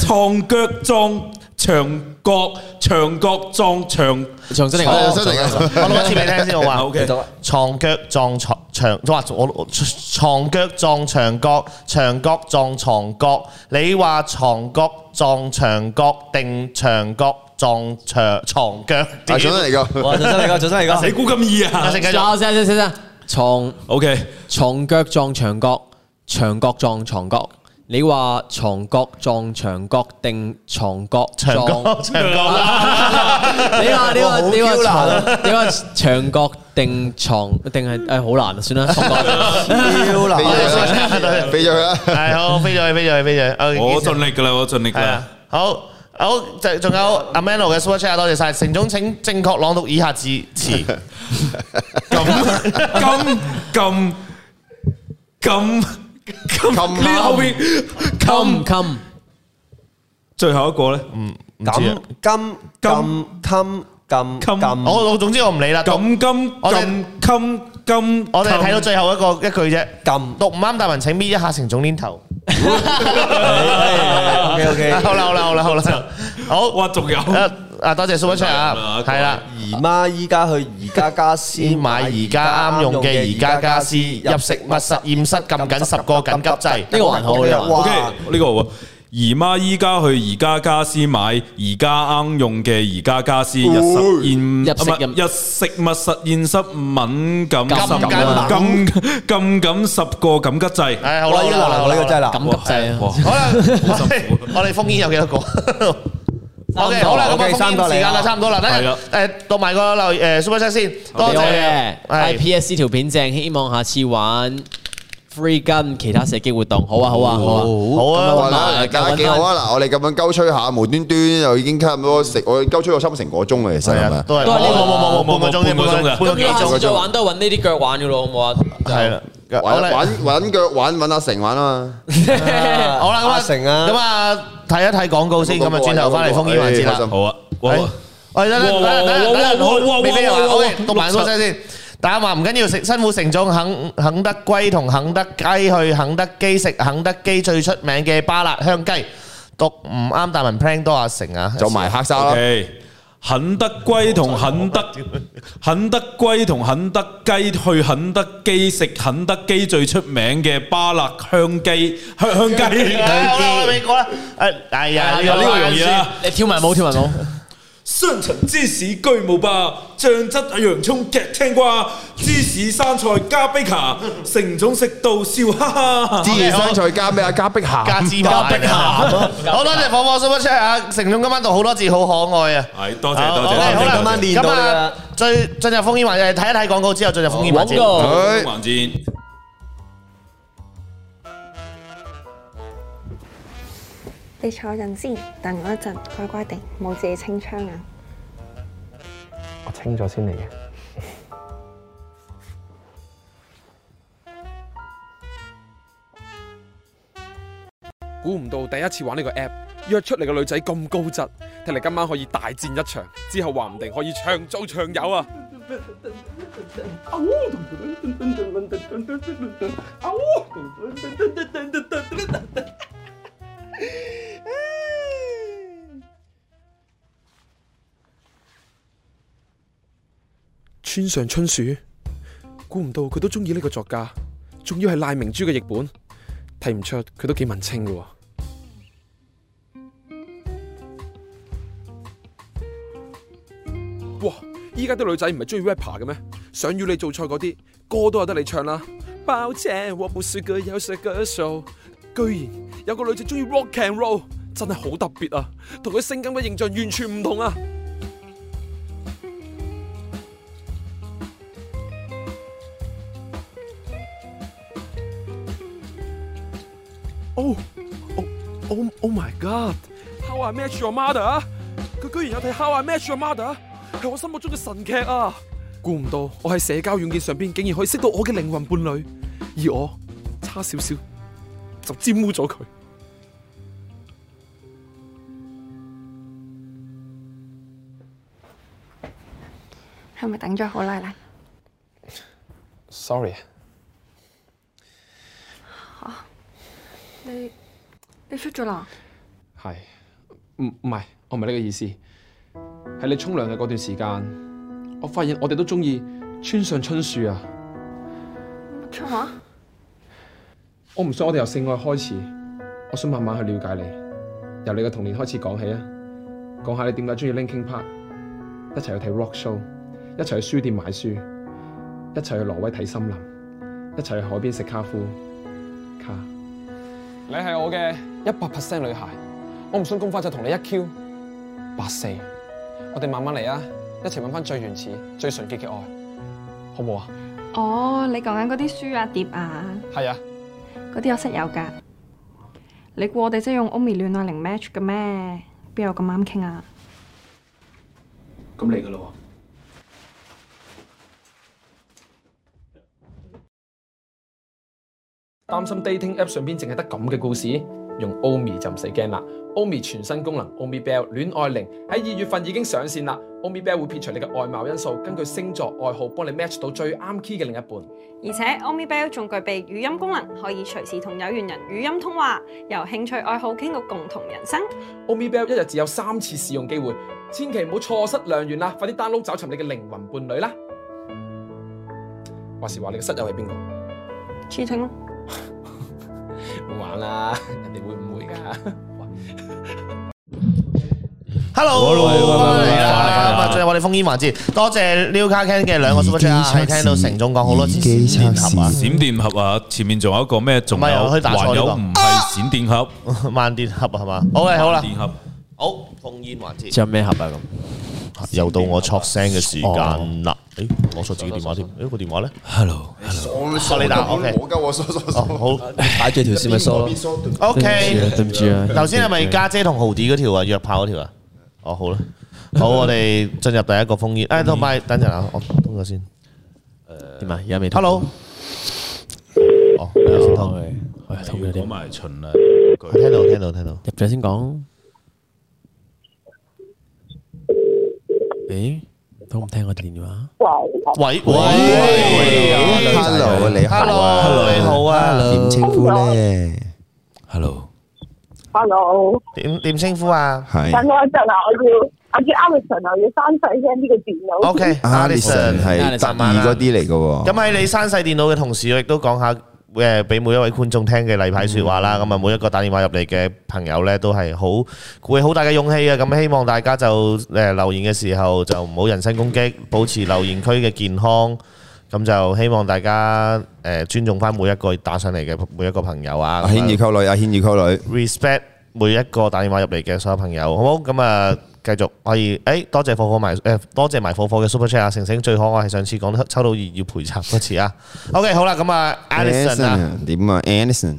Speaker 2: 床腳撞牆角，牆角撞牆。
Speaker 6: 重新嚟
Speaker 4: 我
Speaker 6: 講
Speaker 4: 真。嚟
Speaker 1: 我錄一次俾你聽先好嘛
Speaker 2: OK
Speaker 3: 繼續啊
Speaker 1: 床腳撞床長，哇！我我床腳撞牆角，牆角撞床角。你話床角撞牆角定牆角撞牆床腳？
Speaker 4: 噶，啊，重新嚟噶。
Speaker 3: 哇！重新嚟過，重新嚟過。
Speaker 2: 你估咁易啊
Speaker 1: 阿成繼續。
Speaker 6: 先先先先，床
Speaker 2: ？OK，
Speaker 6: 床腳撞牆角，牆角撞床角。你話床角撞牆角定床角
Speaker 1: 長
Speaker 6: 撞？
Speaker 1: 角，長角
Speaker 6: 你話你話
Speaker 3: 哇好啊
Speaker 6: 你話
Speaker 3: Q
Speaker 6: 床你話牆角定床定係誒好難啊，算啦，床 角。
Speaker 3: 超難
Speaker 4: 飛咗
Speaker 3: 啊，
Speaker 4: 佢啦，飛咗佢啦。
Speaker 1: 係好，飛咗去，飛咗去，飛咗去。OK，
Speaker 2: 我盡力噶啦，我盡力噶
Speaker 1: 係啊
Speaker 2: 啦。，
Speaker 1: 好。好，就仲有阿 Mano 嘅 super chat，多謝晒。成總請正確朗讀以下字詞。
Speaker 2: 咁咁咁咁咁，呢後邊
Speaker 6: come
Speaker 2: 咁
Speaker 6: come
Speaker 2: 最後一個咧，
Speaker 1: 唔知啊
Speaker 3: 咁金
Speaker 2: 咁
Speaker 3: 咁金咁
Speaker 2: 咁
Speaker 3: 咁。
Speaker 1: 我我總之我唔理啦。讀
Speaker 2: 咁咁
Speaker 1: 我哋
Speaker 2: 咁咁咁，
Speaker 1: 我哋睇到最後一個一句啫，
Speaker 3: 撳
Speaker 1: 讀唔啱大文請搣一下成總鏈頭。
Speaker 3: OK OK。
Speaker 1: 好啦好啦好啦好啦，好，
Speaker 2: 哇，仲有
Speaker 1: 啊啊多謝 Super Chat 啊
Speaker 2: 啊，
Speaker 1: 係啦，
Speaker 3: 姨媽依家去宜家家私
Speaker 1: 先買而家啱用嘅宜家家私，入食物實驗室撳緊十個緊急掣。
Speaker 6: 呢個還好，呢個還好。
Speaker 2: OK，
Speaker 3: 哇！
Speaker 2: 呢個好啊姨媽依家去宜家家私買而家啱用嘅宜家家私日實驗
Speaker 6: 入食
Speaker 2: 啊唔係日食物實驗室敏感
Speaker 6: 感
Speaker 2: 十
Speaker 1: 感
Speaker 2: 感禁緊十個緊急掣。
Speaker 1: 唉好
Speaker 3: 好
Speaker 1: 啦
Speaker 3: 啦，
Speaker 1: 好啦好啦
Speaker 3: 呢個難喎，呢個真係難。
Speaker 6: 緊急掣啊
Speaker 2: 哇
Speaker 1: 好啦，我哋我哋封煙有幾多個？O K，好啦，咁
Speaker 3: OK，
Speaker 1: 啊，封
Speaker 3: 三
Speaker 1: 煙
Speaker 3: 個
Speaker 1: 時間啦，
Speaker 3: 嚟啊
Speaker 1: 差唔多啦，等
Speaker 2: 係
Speaker 1: 陣
Speaker 2: 啦
Speaker 1: 誒讀埋個留誒 Super Chat 先，多
Speaker 6: 俾我
Speaker 1: 謝
Speaker 6: 嘅，IPSC 條片正，希望下次玩。 free 跟其他社基活動，好啊好啊好啊。
Speaker 1: 好啊，
Speaker 4: 哇嗱大家幾好啊！嗱，我哋咁樣鳩吹下，無端端又已經差唔多成，我哋鳩吹咗差唔多成個鐘嘅，其實係咪？
Speaker 1: 都係
Speaker 6: 都係呢個
Speaker 1: 冇冇冇冇冇半個鐘啫，
Speaker 2: 半個鐘嘅
Speaker 1: 半個
Speaker 7: 咁
Speaker 1: 幾
Speaker 7: 以後下
Speaker 1: 鐘
Speaker 7: 次再玩都係揾呢啲腳玩嘅咯，好唔好啊？
Speaker 1: 係啦。
Speaker 4: 玩
Speaker 1: 好啦
Speaker 4: 玩玩腳玩揾阿成玩啊嘛，
Speaker 1: 好啦，咁啊
Speaker 3: 阿成啊
Speaker 1: 咁啊睇一睇廣告先，咁啊轉頭翻嚟封煙環節啦。
Speaker 2: 好啊，哇
Speaker 1: 係喂，等等等等等等，好，未俾人，OK，讀埋嗰聲先。打話唔緊要，食辛苦成長，肯肯德龜同肯德雞去肯德基食肯德基最出名嘅巴辣香雞，讀唔啱大文 plan 多阿成啊，
Speaker 4: 就埋黑沙啦。
Speaker 2: OK，肯德龜同肯德肯德龜同肯德雞去肯德基食肯德基最出名嘅巴勒香雞香香雞。
Speaker 1: 好啦，我俾講啦，誒，哎呀，呢個
Speaker 2: 呢個容易啦，
Speaker 6: 你跳埋舞跳埋舞，
Speaker 2: 雙層芝士居舞吧，醬汁洋葱夾青瓜，芝士生菜加 b 卡，成種食到笑哈哈。
Speaker 4: 芝士生菜加咩啊？加碧咸。
Speaker 1: 加芝麻，好多謝火火 super chat 啊，成總今晚讀好多字，好可愛啊！
Speaker 2: 係多謝
Speaker 1: 好
Speaker 2: 多謝
Speaker 1: 好
Speaker 2: 多謝
Speaker 1: 好啦，
Speaker 3: 今晚練
Speaker 1: 咁
Speaker 3: 到你
Speaker 1: 啊
Speaker 3: 啦
Speaker 1: 最進入封煙環節，睇一睇廣告之後進入封煙環節。
Speaker 6: 廣告。
Speaker 4: 佢
Speaker 2: 環節。
Speaker 8: 你坐陣先，等我一陣，乖乖地，冇自己清槍啊！
Speaker 9: 我清咗先嚟嘅。
Speaker 10: 估唔到第一次玩呢個 app，約出嚟嘅女仔咁高質，睇嚟今晚可以大戰一場，之後話唔定可以長做長有啊！村上春樹，估唔到佢都中意呢個作家，仲要係賴明珠嘅譯本，睇唔出佢都幾文青嘅喎。哇！依家啲女仔唔係中意 rapper 嘅咩？想與你做菜嗰啲歌都有得你唱啦。抱歉，我不是個有色歌手。居然有個女仔中意 rock and roll，真係好特別啊！同佢性感嘅形象完全唔同啊！哦哦哦 Oh my God！How I Met Your Mother 啊！佢居然有睇 How I Met Your Mother，係我心目中嘅神劇啊！估唔到我喺社交軟件上邊竟然可以識到我嘅靈魂伴侶，而我差少少就沾污咗佢。
Speaker 8: 係咪等咗好耐啦？
Speaker 10: Sorry，
Speaker 8: 你你出咗啦？
Speaker 10: 係唔唔係？我唔係呢個意思。喺你沖涼嘅嗰段時間，我發現我哋都中意村上春樹啊！
Speaker 8: 出話？
Speaker 10: 我唔想我哋由性愛開始，我想慢慢去了解你，由你嘅童年開始講起啊，講下你點解中意 Linkin Park，一齊去睇 rock show，一齊去書店買書，一齊去挪威睇森林，一齊去海邊食卡夫卡。你係我嘅一百 percent 女孩，我唔想咁快就同你一 Q 八四，我哋慢慢嚟啊，一齊揾翻最原始、最純潔嘅愛，好唔好啊？
Speaker 8: 哦，你講緊嗰啲書啊碟啊，
Speaker 10: 係啊，
Speaker 8: 嗰啲我室友㗎。你估我哋即係用 Omi 戀愛零 match 嘅咩？邊有咁啱傾啊？
Speaker 10: 咁嚟噶啦喎。擔心 dating app 上邊淨係得咁嘅故事，用 Omi 就唔使驚啦。Omi 全新功能 Omi Bell 戀愛鈴喺二月份已經上線啦。Omi Bell 會撇除你嘅外貌因素，根據星座愛好幫你 match 到最啱 key 嘅另一半。
Speaker 8: 而且 Omi Bell 仲具備語音功能，可以隨時同有緣人語音通話，由興趣愛好傾到共同人生。
Speaker 10: Omi Bell 一日只有三次試用機會，千祈唔好錯失良緣啦！快啲 download 找尋你嘅靈魂伴侶啦！話時話你嘅室友係邊個？
Speaker 8: Cheating 咯
Speaker 10: 冇玩啦， 人哋會唔會㗎？
Speaker 1: Hello，
Speaker 2: Hello，
Speaker 1: 翻嚟
Speaker 2: 翻嚟
Speaker 1: 啦！咁
Speaker 2: 啦
Speaker 1: 啊，進入我哋封煙環節，多謝 New Car Ken 嘅兩個 super
Speaker 4: 耳機
Speaker 1: chat 啊，係
Speaker 4: 測試
Speaker 1: 聽到成總講好多次
Speaker 4: 耳機
Speaker 1: 閃電俠啊，
Speaker 2: 閃電俠啊！前面仲有一個咩？仲
Speaker 1: 唔係啊
Speaker 2: 有
Speaker 1: 佢打錯
Speaker 2: 還有
Speaker 1: 呢個啊
Speaker 2: 唔係閃電俠？
Speaker 1: 慢電俠係嘛？好嘅，好啦
Speaker 2: 閃，電俠
Speaker 1: 好封煙環節，
Speaker 6: 仲有咩盒啊咁？
Speaker 1: 又到我 c 聲嘅時間啦。誒，攞錯自己電話添。誒，個電話咧？Hello，
Speaker 4: 傻
Speaker 1: 你打，OK
Speaker 4: 我鳩我梳梳梳，
Speaker 1: 好
Speaker 4: 擺住條線咪梳咯
Speaker 1: OK，
Speaker 6: 對唔住啊
Speaker 1: 頭先係咪家姐同豪迪嗰條啊？約炮嗰條啊？哦，好啦，好，我哋進入第一個烽煙。誒，同埋等陣啊，我通咗先。
Speaker 6: 點啊？而家未
Speaker 1: Hello，哦，先通。
Speaker 6: 係通咗
Speaker 2: 講
Speaker 6: 啲，
Speaker 2: 埋秦啦，
Speaker 1: 聽到聽到聽到。
Speaker 6: 入咗先講。咦？都唔聽我電話。
Speaker 1: 喂喂
Speaker 4: ，Hello，你好啊
Speaker 1: ，Hello，你好啊，
Speaker 4: 點稱呼咧？
Speaker 2: Hello，
Speaker 11: Hello，
Speaker 1: 點點稱呼啊？
Speaker 4: 係
Speaker 11: 等我一陣啊，我要我叫 Alison 啊，我要閂細聲呢個電腦。
Speaker 1: OK，
Speaker 4: Alison 係特意嗰啲嚟嘅喎。
Speaker 1: 咁喺你刪細電腦嘅同時，亦都講下誒，俾每一位觀眾聽嘅例牌説話啦。咁啊，每一個打電話入嚟嘅朋友咧，都係好會好大嘅勇氣嘅。咁希望大家就誒留言嘅時候就唔好人身攻擊，保持留言區嘅健康。咁就希望大家誒尊重翻每一個打上嚟嘅每一個朋友啊。
Speaker 4: 阿軒要溝女，阿軒要溝女。
Speaker 1: respect 每一個打電話入嚟嘅所有朋友，好唔好？咁啊，繼續可以，誒、多謝火火埋，誒、多謝埋火火嘅 super chat 啊，成成最可愛係上次講抽到二要賠償嗰次啊。OK，好啦，咁啊，Alison 啊，
Speaker 4: 點啊，Alison。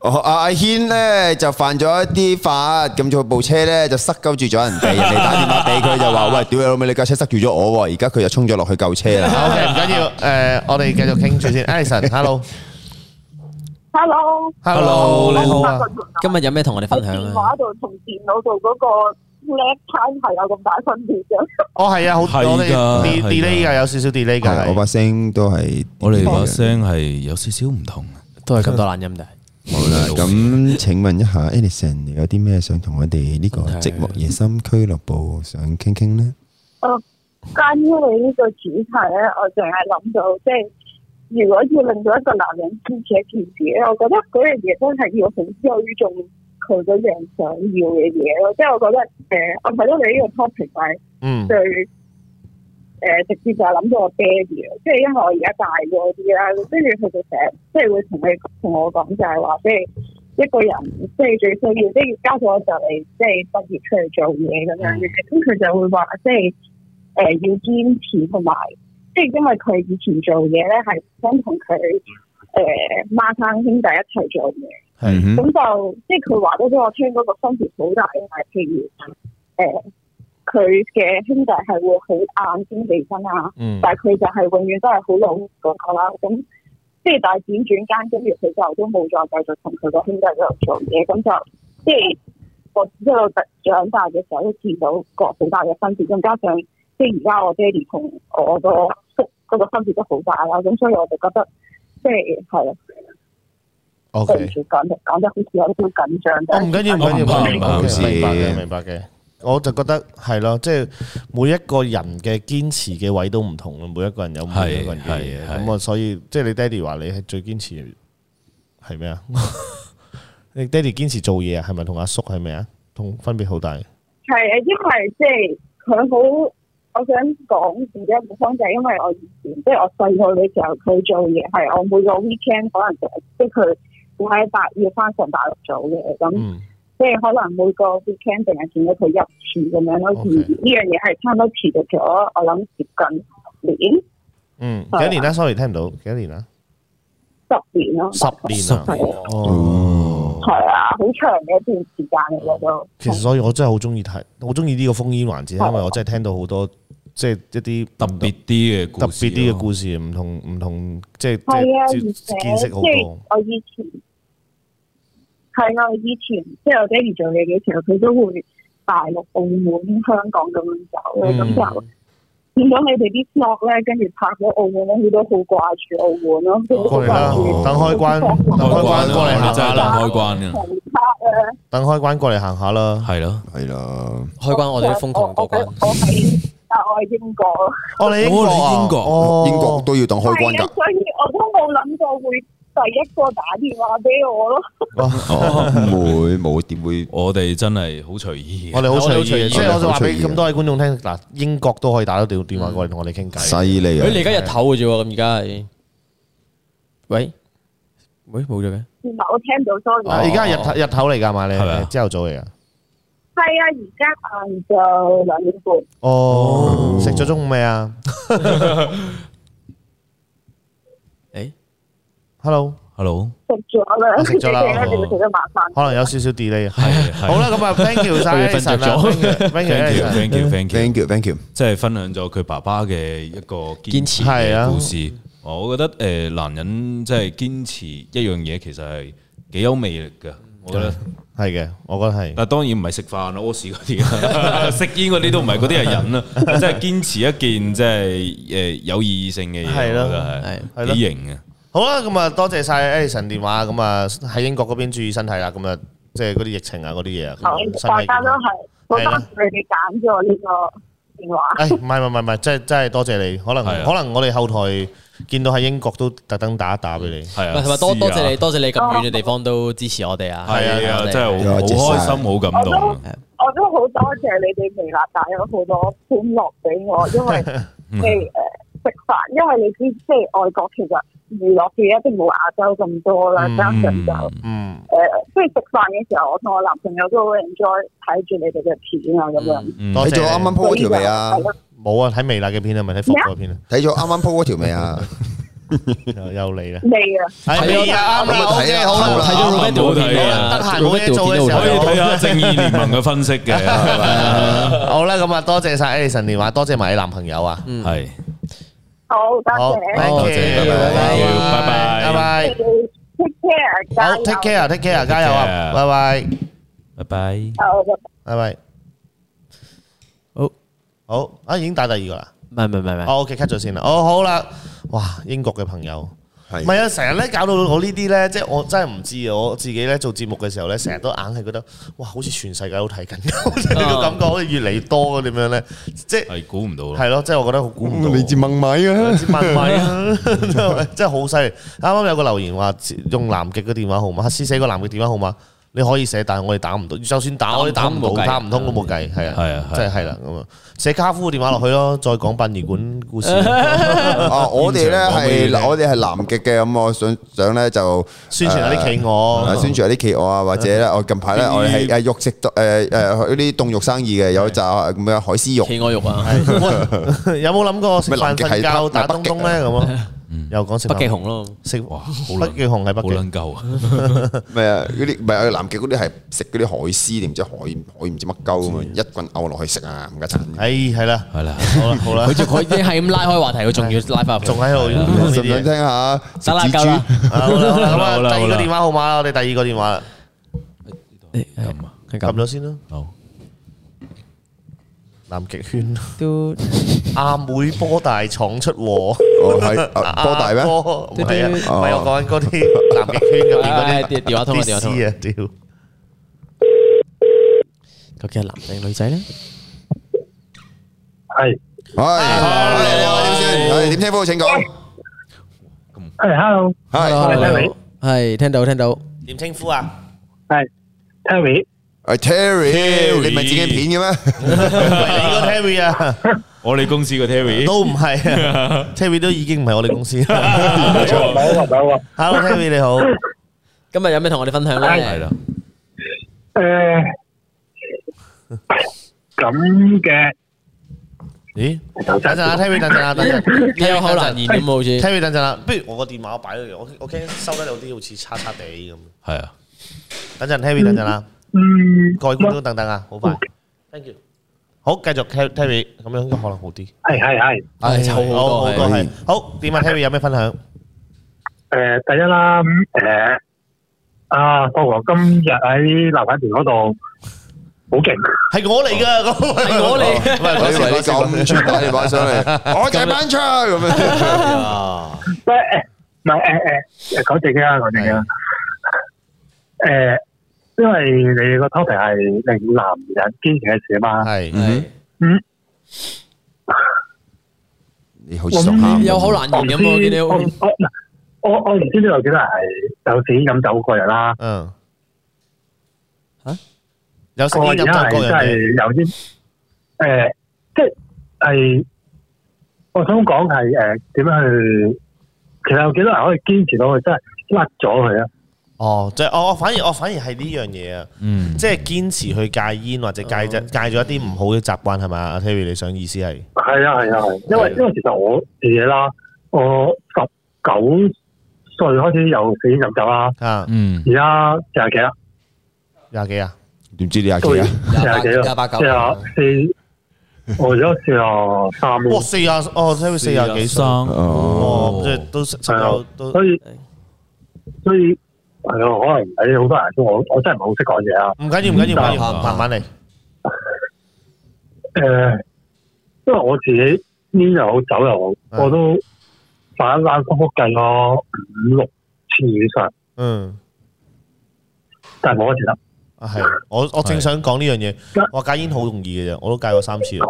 Speaker 4: 哦，阿阿軒咧就犯咗一啲法，咁就部車咧就塞鳩住咗人哋，人哋打電話俾佢就話：喂，屌你老味，你架車塞住咗我喎！而家佢就衝咗落去救車啦。
Speaker 1: ，OK，唔緊要，誒、我哋繼續傾住先，Alison，hello，hello，
Speaker 11: Hello，
Speaker 1: 你好啊，
Speaker 6: 今日有咩同我哋分享
Speaker 11: 電
Speaker 6: 啊？
Speaker 11: 話度同電腦度嗰個 lag time 係有咁大分別嘅。
Speaker 1: 哦係啊，好，
Speaker 2: 係㗎
Speaker 1: 我哋
Speaker 2: 係
Speaker 1: de-
Speaker 2: 㗎
Speaker 1: delay 㗎，有少少 delay
Speaker 4: 係我
Speaker 1: 㗎，
Speaker 4: 把聲都係，
Speaker 2: 我哋把聲係有少少唔同。
Speaker 6: 都係咁多懶音嘅。
Speaker 4: 好啦，咁請問一下 Alison，你有啲咩想同我哋呢個寂寞夜深俱樂部想傾傾呢？
Speaker 11: 誒，關於你呢個主題咧，我淨係諗到，即係如果要令到一個男人支持一件事咧，我覺得嗰樣嘢真係要好追重佢嗰樣想要嘅嘢咯。即係我覺得誒、我睇到你呢個 topic 係
Speaker 1: 嗯
Speaker 11: 最誒、直接就係諗到我爹哋啊，即係因為我而家大咗啲啦，跟住佢就成日即係會同你同我講就係話，即係一個人即係最需要，即係加上我就嚟即係畢業出嚟做嘢咁樣嘅，咁佢就會話即係誒、呃要堅持同埋，即係因為佢以前做嘢咧係想同佢誒孖生兄弟一齊做嘢。
Speaker 4: 嗯
Speaker 11: 咁就即係佢話咗俾我聽嗰個分別好大嘅，係譬如誒佢嘅兄弟係會好硬先離婚啊，
Speaker 1: 嗯
Speaker 11: 但係佢就係永遠都係好老實嗰個啦。咁即係但係輾轉間，跟住佢就都冇再繼續同佢個兄弟喺度做嘢，咁就即係我一路長大嘅時候都見到個好大嘅分別，咁加上即係而家我爹哋同我個叔嗰個分別都好大啦，咁所以我就覺得即係係。啊對唔
Speaker 1: ，OK，
Speaker 11: 住，講得講得好似有啲緊張。
Speaker 1: 我哦唔緊要，唔緊
Speaker 9: 哦
Speaker 1: 要，
Speaker 2: 我唔怕
Speaker 1: 唔緊
Speaker 2: 唔
Speaker 1: 要啊
Speaker 2: 怕
Speaker 4: 事
Speaker 1: 明白嘅，明白嘅。我就覺得係咯，即係每一個人嘅堅持嘅位都唔同咯，每一個人有每一個人嘅嘢。
Speaker 2: 係係係
Speaker 1: 咁啊，所以即係你爹哋話你係最堅持係咩啊？ 你爹哋堅持做嘢啊，係咪同阿叔係咪啊？同分別好大。
Speaker 11: 係啊，因為即係佢好，我想講自己一個方就係因為我以前即係我細個嘅時候，佢做嘢係我每個 weekend 可能就即係佢會喺八月翻上大陸做嘅，咁、
Speaker 1: 嗯
Speaker 11: 即係可能每個 weekend 淨係見到佢一次咁樣咯。而
Speaker 1: OK
Speaker 11: 呢樣嘢係差唔多持續咗，我諗接近年
Speaker 1: 嗯，幾多年啦？sorry，聽唔到幾多年啦？啊
Speaker 11: 十年咯，
Speaker 1: 十年啊！
Speaker 11: 係啊
Speaker 1: 哦，
Speaker 11: 係啊，好長嘅一段時間嚟嘅都。
Speaker 1: 其實所以我真係好中意睇，好中意呢個烽煙環節，因為我真係聽到好多即係一啲
Speaker 2: 特別啲嘅故
Speaker 1: 特
Speaker 2: 事啊
Speaker 1: 別啲嘅故事，唔同唔同，即係
Speaker 11: 係啊，而
Speaker 1: 即
Speaker 11: 且
Speaker 1: 係
Speaker 11: 即
Speaker 1: 見識好
Speaker 11: 係
Speaker 1: 多。
Speaker 11: 我以前係啊，我以前即係我爹哋做嘢嘅時候，佢都會大陸、澳門、香港咁樣走咧，咁、
Speaker 1: 嗯
Speaker 11: 就見到你哋啲 vlog 咧，跟住拍咗澳門咧，佢都好掛住澳門咯，佢都好
Speaker 1: 過嚟啦
Speaker 11: 掛住，
Speaker 1: 等開關，等 開關哦過嚟
Speaker 2: 我哋
Speaker 1: 行
Speaker 2: 真
Speaker 1: 下
Speaker 2: 係等
Speaker 1: 啦，
Speaker 2: 開關嘅，
Speaker 11: 同拍啊！
Speaker 1: 等開關過嚟行下啦。
Speaker 2: 係咯。
Speaker 4: 係啦，
Speaker 6: 開關我哋都瘋狂過關
Speaker 11: 我。我喺但我喺英國，
Speaker 1: 哦，你英國啊，
Speaker 2: 哦你英國
Speaker 1: 哦
Speaker 4: 英國都要當開關
Speaker 11: 係啊
Speaker 4: 㗎，，
Speaker 11: 所以我都冇諗過會第一個打電話俾我咯。
Speaker 4: 哦唔會冇點會
Speaker 2: 我哋真係好隨意
Speaker 1: 我
Speaker 2: 嘅。
Speaker 1: 哋哦好隨意
Speaker 6: 我哋好隨
Speaker 1: 嘅，
Speaker 6: 意
Speaker 1: 即係我就話俾
Speaker 4: 我哋好隨意
Speaker 1: 咁多位觀眾聽，嗱，英國都可以打到電電話過嚟同我哋傾偈。
Speaker 4: 犀利啊
Speaker 6: 佢！你而家日頭嘅啫喎，咁而家係，喂，喂冇咗嘅，
Speaker 11: 原來我聽到 sorry，
Speaker 1: 啊而家係日頭日頭嚟㗎嘛？你
Speaker 2: 係咪啊
Speaker 1: 朝頭早嚟㗎？
Speaker 11: 係啊，而家晏晝兩點半，
Speaker 1: 哦，食咗中午未啊？
Speaker 6: 诶
Speaker 1: ，hello，hello，
Speaker 11: 食咗啦，
Speaker 1: 我啊食 咗啦哦
Speaker 11: 你哋一定要食咗晚飯。
Speaker 1: 可能有少少 delay。
Speaker 2: 係
Speaker 1: 好啦，咁啊，thank you 晒
Speaker 2: 佢瞓
Speaker 1: Alison
Speaker 2: 着
Speaker 1: 啦
Speaker 2: 咗
Speaker 1: ，thank you，thank
Speaker 2: ，thank
Speaker 1: you，Alison
Speaker 2: you，thank you，thank
Speaker 4: you，thank you，
Speaker 2: 即係分享咗佢爸爸嘅一個堅持
Speaker 1: 係啊
Speaker 2: 嘅故事。哦我覺得誒男人即係堅持一樣嘢，其實係幾有魅力嘅。我覺得
Speaker 1: 係嘅，我覺得係。
Speaker 2: 但當然唔係食飯、屙屎嗰啲啊， 食煙嗰啲都唔係嗰啲係人啦，即係堅持一件即係誒呃有意義性嘅嘢，
Speaker 1: 係咯
Speaker 2: 我覺得
Speaker 1: 係
Speaker 2: 係
Speaker 1: 咯
Speaker 2: 幾型啊！
Speaker 1: 好啦，咁啊，多謝晒 Alison 電話，咁啊喺英國嗰邊注意身體啦，咁啊即係嗰啲疫情啊嗰啲嘢啊，咁啊身
Speaker 11: 大
Speaker 1: 體健
Speaker 11: 家
Speaker 1: 康
Speaker 11: 都係，我
Speaker 1: 啊
Speaker 11: 當時你哋揀咗呢個電話。
Speaker 1: 唉，唔係唔係唔係，真係真係多謝你，可能
Speaker 2: 係啊
Speaker 1: 可能我哋後台見到喺英國都特登打一打俾你，係
Speaker 2: 啊
Speaker 6: 喂同埋多多謝你，多謝你咁遠嘅地方都支持我哋啊！
Speaker 2: 係啊，
Speaker 6: 我哋
Speaker 2: 真係好
Speaker 1: 多謝
Speaker 2: 好開
Speaker 1: 晒
Speaker 2: 心，好感動啊。
Speaker 11: 我都好多謝你哋微辣帶咗好多歡樂俾我，因為
Speaker 1: 嗯
Speaker 11: 即係誒食飯，因為你知即係外國其實娛樂嘅一定冇亞洲咁多啦，加上就誒
Speaker 1: 嗯
Speaker 11: 即係食飯嘅時候，我同我男朋友都好 enjoy 睇住你哋嘅片啊咁樣。
Speaker 1: 多謝
Speaker 4: 睇咗啱啱 po 嗰條未啊
Speaker 11: 所以就係咯？
Speaker 1: 冇啊，睇微辣嘅片啊，咪睇福嗰片啊，
Speaker 4: 睇咗啱啱 po 嗰條未啊？
Speaker 1: 又又嚟啦。
Speaker 11: 未啊？
Speaker 1: 係未啊？啱啦，OK，好啦，
Speaker 6: 睇咗 Roberto
Speaker 2: 好
Speaker 6: 嘅片
Speaker 2: 睇
Speaker 1: 得
Speaker 2: 啊
Speaker 1: 閒冇嘢做嘅時候
Speaker 2: 可以睇下正義聯盟嘅分析嘅，係咪
Speaker 1: 好啦，咁啊，多謝晒 Alison 電話，多謝埋你男朋友啊，
Speaker 2: 係
Speaker 11: 好，多
Speaker 1: 好
Speaker 11: 謝。
Speaker 1: ，thank
Speaker 2: 多謝
Speaker 1: you，
Speaker 2: ，thank you，拜拜
Speaker 1: 拜拜，
Speaker 11: Take care，加
Speaker 1: 好
Speaker 11: 油。
Speaker 1: ，take care，take care，加油啊，
Speaker 2: care
Speaker 1: 拜拜，
Speaker 2: 拜拜。
Speaker 11: 好拜拜
Speaker 1: 拜拜，
Speaker 6: 好，
Speaker 1: 好，啊，已經打第二個啦。
Speaker 6: 唔係唔係唔係，
Speaker 1: 哦，OK，cut 咗先啦。哦，好啦，哇，英國嘅朋友，
Speaker 4: 係
Speaker 1: 唔係啊？成日咧搞到我呢啲咧，即係我真係唔知啊！我自己咧做節目嘅時候咧，成日都硬係覺得，哇，好似全世界都睇緊， 呢
Speaker 6: 啊
Speaker 1: 個感覺好似越嚟越多咁樣咧，即係
Speaker 2: 係估唔到啦。
Speaker 1: 係咯，即係我覺得好估唔到。
Speaker 4: 你接問米 啊？
Speaker 1: 問米啊，真係好犀利！啱啱有個留言話用南極嘅電話號碼，試寫個南極電話號碼，你可以寫，但係我哋打唔到，就算打我哋打唔
Speaker 6: 打
Speaker 1: 到，
Speaker 6: 唔到
Speaker 1: 打唔通都冇計，係啊，
Speaker 2: 係啊係啊
Speaker 1: 即係係啦咁啊，寫卡夫嘅電話落去咯，再講殯儀館故事，
Speaker 4: 啊，我哋咧
Speaker 2: 現場講俾你聽
Speaker 4: 係我哋係南極嘅，咁我想想咧就
Speaker 1: 宣傳下啲企
Speaker 4: 啊，
Speaker 9: Ờ.
Speaker 1: 鵝，
Speaker 4: 宣傳有啲企鵝啊，或者咧，我近排咧，我哋係誒肉食多誒誒嗰啲凍肉生意嘅，有集咁樣海絲肉，
Speaker 6: 企鵝肉啊，
Speaker 1: 係喂有冇諗 過食
Speaker 4: 咪
Speaker 1: 飯
Speaker 4: 南極係
Speaker 1: 瞓覺打
Speaker 4: 北
Speaker 1: 東
Speaker 4: 北極
Speaker 1: 東咧咁啊？又講食
Speaker 6: 北極
Speaker 1: 飯
Speaker 6: 熊咯，
Speaker 1: 食
Speaker 2: 哇，好
Speaker 1: 北極熊係北
Speaker 2: 好
Speaker 1: 極，
Speaker 2: 撚鳩啊！
Speaker 4: 咪啊嗰啲咪啊南極嗰啲係食嗰啲海絲定唔知海海唔知乜鳩咁啊，一棍摳落去食啊，唔家產。
Speaker 1: 唉係啦，
Speaker 2: 係啦，
Speaker 1: 好啦好啦
Speaker 6: 佢，仲佢已經係咁拉開話題，佢仲要拉翻入去
Speaker 1: 仲。喺度
Speaker 4: 想
Speaker 1: 講
Speaker 4: 唔
Speaker 9: Dạ,
Speaker 1: 呢
Speaker 4: 想
Speaker 1: 啲嘢
Speaker 4: 聽下食
Speaker 6: 得啦，
Speaker 4: 蜘
Speaker 6: 夠啦
Speaker 4: 蛛？，
Speaker 1: 好啦好啦咁
Speaker 2: 好
Speaker 1: 啊，第
Speaker 2: 啦好
Speaker 1: 二
Speaker 2: 啦
Speaker 1: 個電話號碼啦，我哋第二個電話啦，
Speaker 2: 咁啊，
Speaker 1: 撳咗先啦。
Speaker 2: 好。
Speaker 1: 南極圈，
Speaker 6: 嘟
Speaker 1: 阿妹波大廠出禍，
Speaker 4: 哦係啊波大咩
Speaker 1: 阿？
Speaker 9: à,
Speaker 1: 波唔係啊，唔
Speaker 4: 哦
Speaker 1: 係我講緊嗰啲南極圈入邊嗰
Speaker 6: 唉
Speaker 1: 啲
Speaker 6: 電電話通啊電話通啊
Speaker 1: 啲屍啊，
Speaker 6: 究竟係男定女仔咧？
Speaker 9: 係
Speaker 4: 係，你好點先？係點聽科請講。
Speaker 9: 係，hello，
Speaker 4: 係，
Speaker 9: Hello，
Speaker 6: 係聽到聽到，
Speaker 1: 屌點稱呼啊？
Speaker 9: 係 Terry，
Speaker 4: 係 Terry，
Speaker 2: Terry
Speaker 4: 你咪自己片嘅咩？
Speaker 1: 唔係你個 Terry 啊，
Speaker 2: 我哋公司嘅 Terry
Speaker 1: 都唔係啊，Terry 都已經唔係我哋公司。
Speaker 9: 唔好啊，唔好啊，
Speaker 1: Hello Terry 你好，
Speaker 6: 今日有咩同我哋分享咧？
Speaker 2: 係啦，
Speaker 9: 誒，呃咁嘅
Speaker 1: 咦？等陣啊，Terry 等陣啊，等陣
Speaker 6: 你有口難言咁啊好似。
Speaker 1: ，Terry 等陣啦，不如我個電話我擺咗度，我我驚收得有啲好似差差地咁。
Speaker 2: 係啊，
Speaker 1: 等陣 Terry 等陣啦。
Speaker 9: 嗯，
Speaker 1: 各位觀眾等等
Speaker 9: à,
Speaker 1: 啊，好快。Thank you。好，繼續 Ter- Terry，咁樣應該可能好啲。
Speaker 9: 係係係。
Speaker 6: 唉好
Speaker 1: 好好
Speaker 6: 好
Speaker 1: 多
Speaker 6: 多係
Speaker 1: 係。好，點啊？Terry 有咩分享？
Speaker 9: 誒第一啦，咁誒阿霍王今日喺立海田嗰度好勁，
Speaker 1: 係我嚟噶，係
Speaker 6: 我嚟嘅
Speaker 1: 唔
Speaker 9: Vâng,
Speaker 1: 係
Speaker 4: 我以為你
Speaker 1: 講
Speaker 4: 咁出打電話上嚟，我就係 b e n 咁樣。
Speaker 9: 喂誒唔係誒誒誒講自己啦，講自己啦，誒因為你個 topic 係令男人堅持嘅事啊嘛，
Speaker 1: 係嗯
Speaker 6: 係
Speaker 4: 你好似想喊咁。
Speaker 6: 有口難
Speaker 9: 我唔
Speaker 6: 言咁啊！見
Speaker 9: 知
Speaker 6: 你
Speaker 9: 我唔我我我唔知呢度幾多人係有錢飲酒過人啦，
Speaker 1: 嗯
Speaker 6: 嚇
Speaker 1: 有食
Speaker 9: 我而
Speaker 1: 煙
Speaker 9: 家
Speaker 1: 飲
Speaker 9: 係
Speaker 1: 酒各
Speaker 9: 真
Speaker 1: 樣
Speaker 9: 係
Speaker 1: 嘢。
Speaker 9: 有啲誒，即係我想講係誒點樣去，其實有幾多人可以堅持到佢真係甩咗佢啊？
Speaker 1: 哦，即係我反而我反而係呢樣嘢啊，
Speaker 2: 嗯
Speaker 1: 即係堅持去戒煙或者
Speaker 9: 哦
Speaker 1: 戒咗戒咗一啲唔好嘅習慣係咪啊？阿 Terry，你想意思係？
Speaker 9: 係啊係啊係，因為因為其實我自己啦，我十九歲開始又食煙飲酒啦，
Speaker 1: 啊，
Speaker 2: 嗯，。
Speaker 9: 而家廿幾啦，
Speaker 1: 廿幾啊？
Speaker 4: 點知你廿
Speaker 9: 都
Speaker 4: 幾啊？
Speaker 9: 廿幾啦，
Speaker 1: 廿八九
Speaker 9: 廿四，我而家四廿三咯
Speaker 1: 哇，四廿哦，Terry 四廿幾歲，哦，即係都十
Speaker 9: 係啊
Speaker 1: 九都，
Speaker 9: 所以所以係啊，可能喺好多人中，我我真係唔係好識講嘢啊。
Speaker 1: 唔緊要唔緊要唔緊要，
Speaker 9: 但
Speaker 1: 慢慢嚟。
Speaker 9: 誒、因為我自己煙又好酒又好，我都反反覆覆計咗五六次以上，
Speaker 1: 嗯，
Speaker 9: 但係冇一次得。
Speaker 1: 啊係，我我正想講呢樣嘢，我戒煙好容易嘅啫，我都戒過三次 啦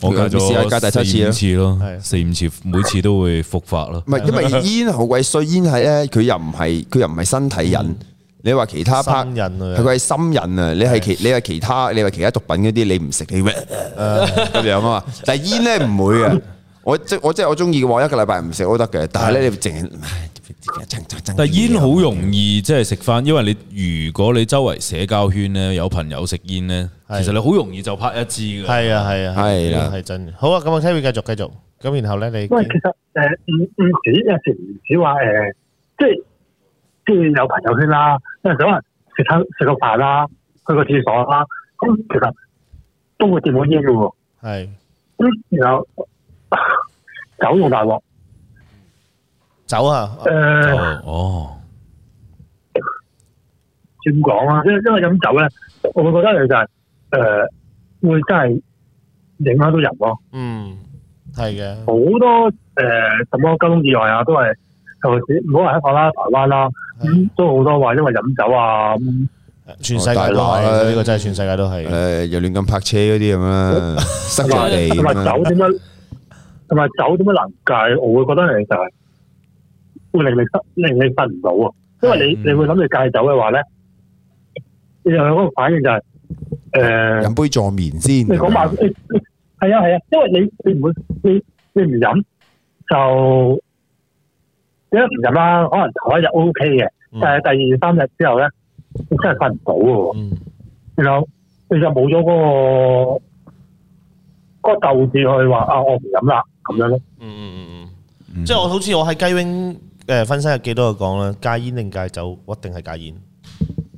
Speaker 2: 我戒
Speaker 4: 你試下戒
Speaker 2: 咗
Speaker 4: 第七次
Speaker 2: 四
Speaker 4: 啊
Speaker 2: 五次咯，四五次，每次都會復發咯。
Speaker 4: 唔係，因為煙好鬼衰，煙係咧，佢又唔係佢又唔係身體癮。你話其他 part，
Speaker 1: 心癮啊
Speaker 4: 係佢係心癮啊！你係其你係其他你話其他毒品嗰啲，你唔食你咩咁樣啊嘛？但係煙咧唔會啊！我即我即係我中意嘅話，一個禮拜唔食都得嘅。但係咧，你淨係
Speaker 2: 但係煙好容易即係食翻，因為你如果你周圍社交圈咧有朋友食煙咧，其實你好容易就拍一支嘅。
Speaker 1: 係啊係啊
Speaker 4: 係啦
Speaker 1: 係真嘅。好啊，咁我 Terry 繼續繼續，咁然後咧你
Speaker 9: 喂，其實誒唔唔止有時唔止話誒，即係即係有朋友圈啦，有時可能食餐食個飯啦，去個廁所啦，咁其實都會掂到煙嘅喎。
Speaker 1: 係
Speaker 9: 咁然後酒用大鑊，
Speaker 1: 走啊，
Speaker 9: 誒
Speaker 2: 哦，
Speaker 9: 點講啊？因為因為飲酒咧，我會覺得其實誒會真係影響到人咯。
Speaker 1: 嗯，係嘅，
Speaker 9: 好多誒、呃、什麼交通意外啊，都係尤其是唔好話香港啦、台灣啦，咁都好多話因為飲酒啊，咁
Speaker 1: 全世界都係呢個真係全世界都係。
Speaker 4: 誒又亂咁泊車嗰啲咁啦，塞
Speaker 9: 同
Speaker 4: 落
Speaker 9: 埋
Speaker 4: 嚟
Speaker 9: 同埋
Speaker 4: 咁
Speaker 9: 酒
Speaker 4: 樣
Speaker 9: 點樣，同埋酒點樣能戒？我會覺得其實係會令你失令你瞓唔到啊，因為你你
Speaker 2: 嗯
Speaker 9: 會諗住戒酒嘅話咧，你又有嗰個反應就係、誒
Speaker 4: 飲杯助眠先。
Speaker 9: 你講話你你係啊係啊，因為你你唔會你你唔飲就你一唔飲啦，可能頭一日 O K 嘅，但係第二三日之後咧，你真係瞓唔到嘅喎。然後你就冇咗嗰個嗰個鬥志去話啊，我唔飲啦咁樣咯。
Speaker 2: 嗯
Speaker 1: 即係我好似我喺雞 wing 誒分身日記都有講啦，戒煙定戒酒，我一定係戒煙。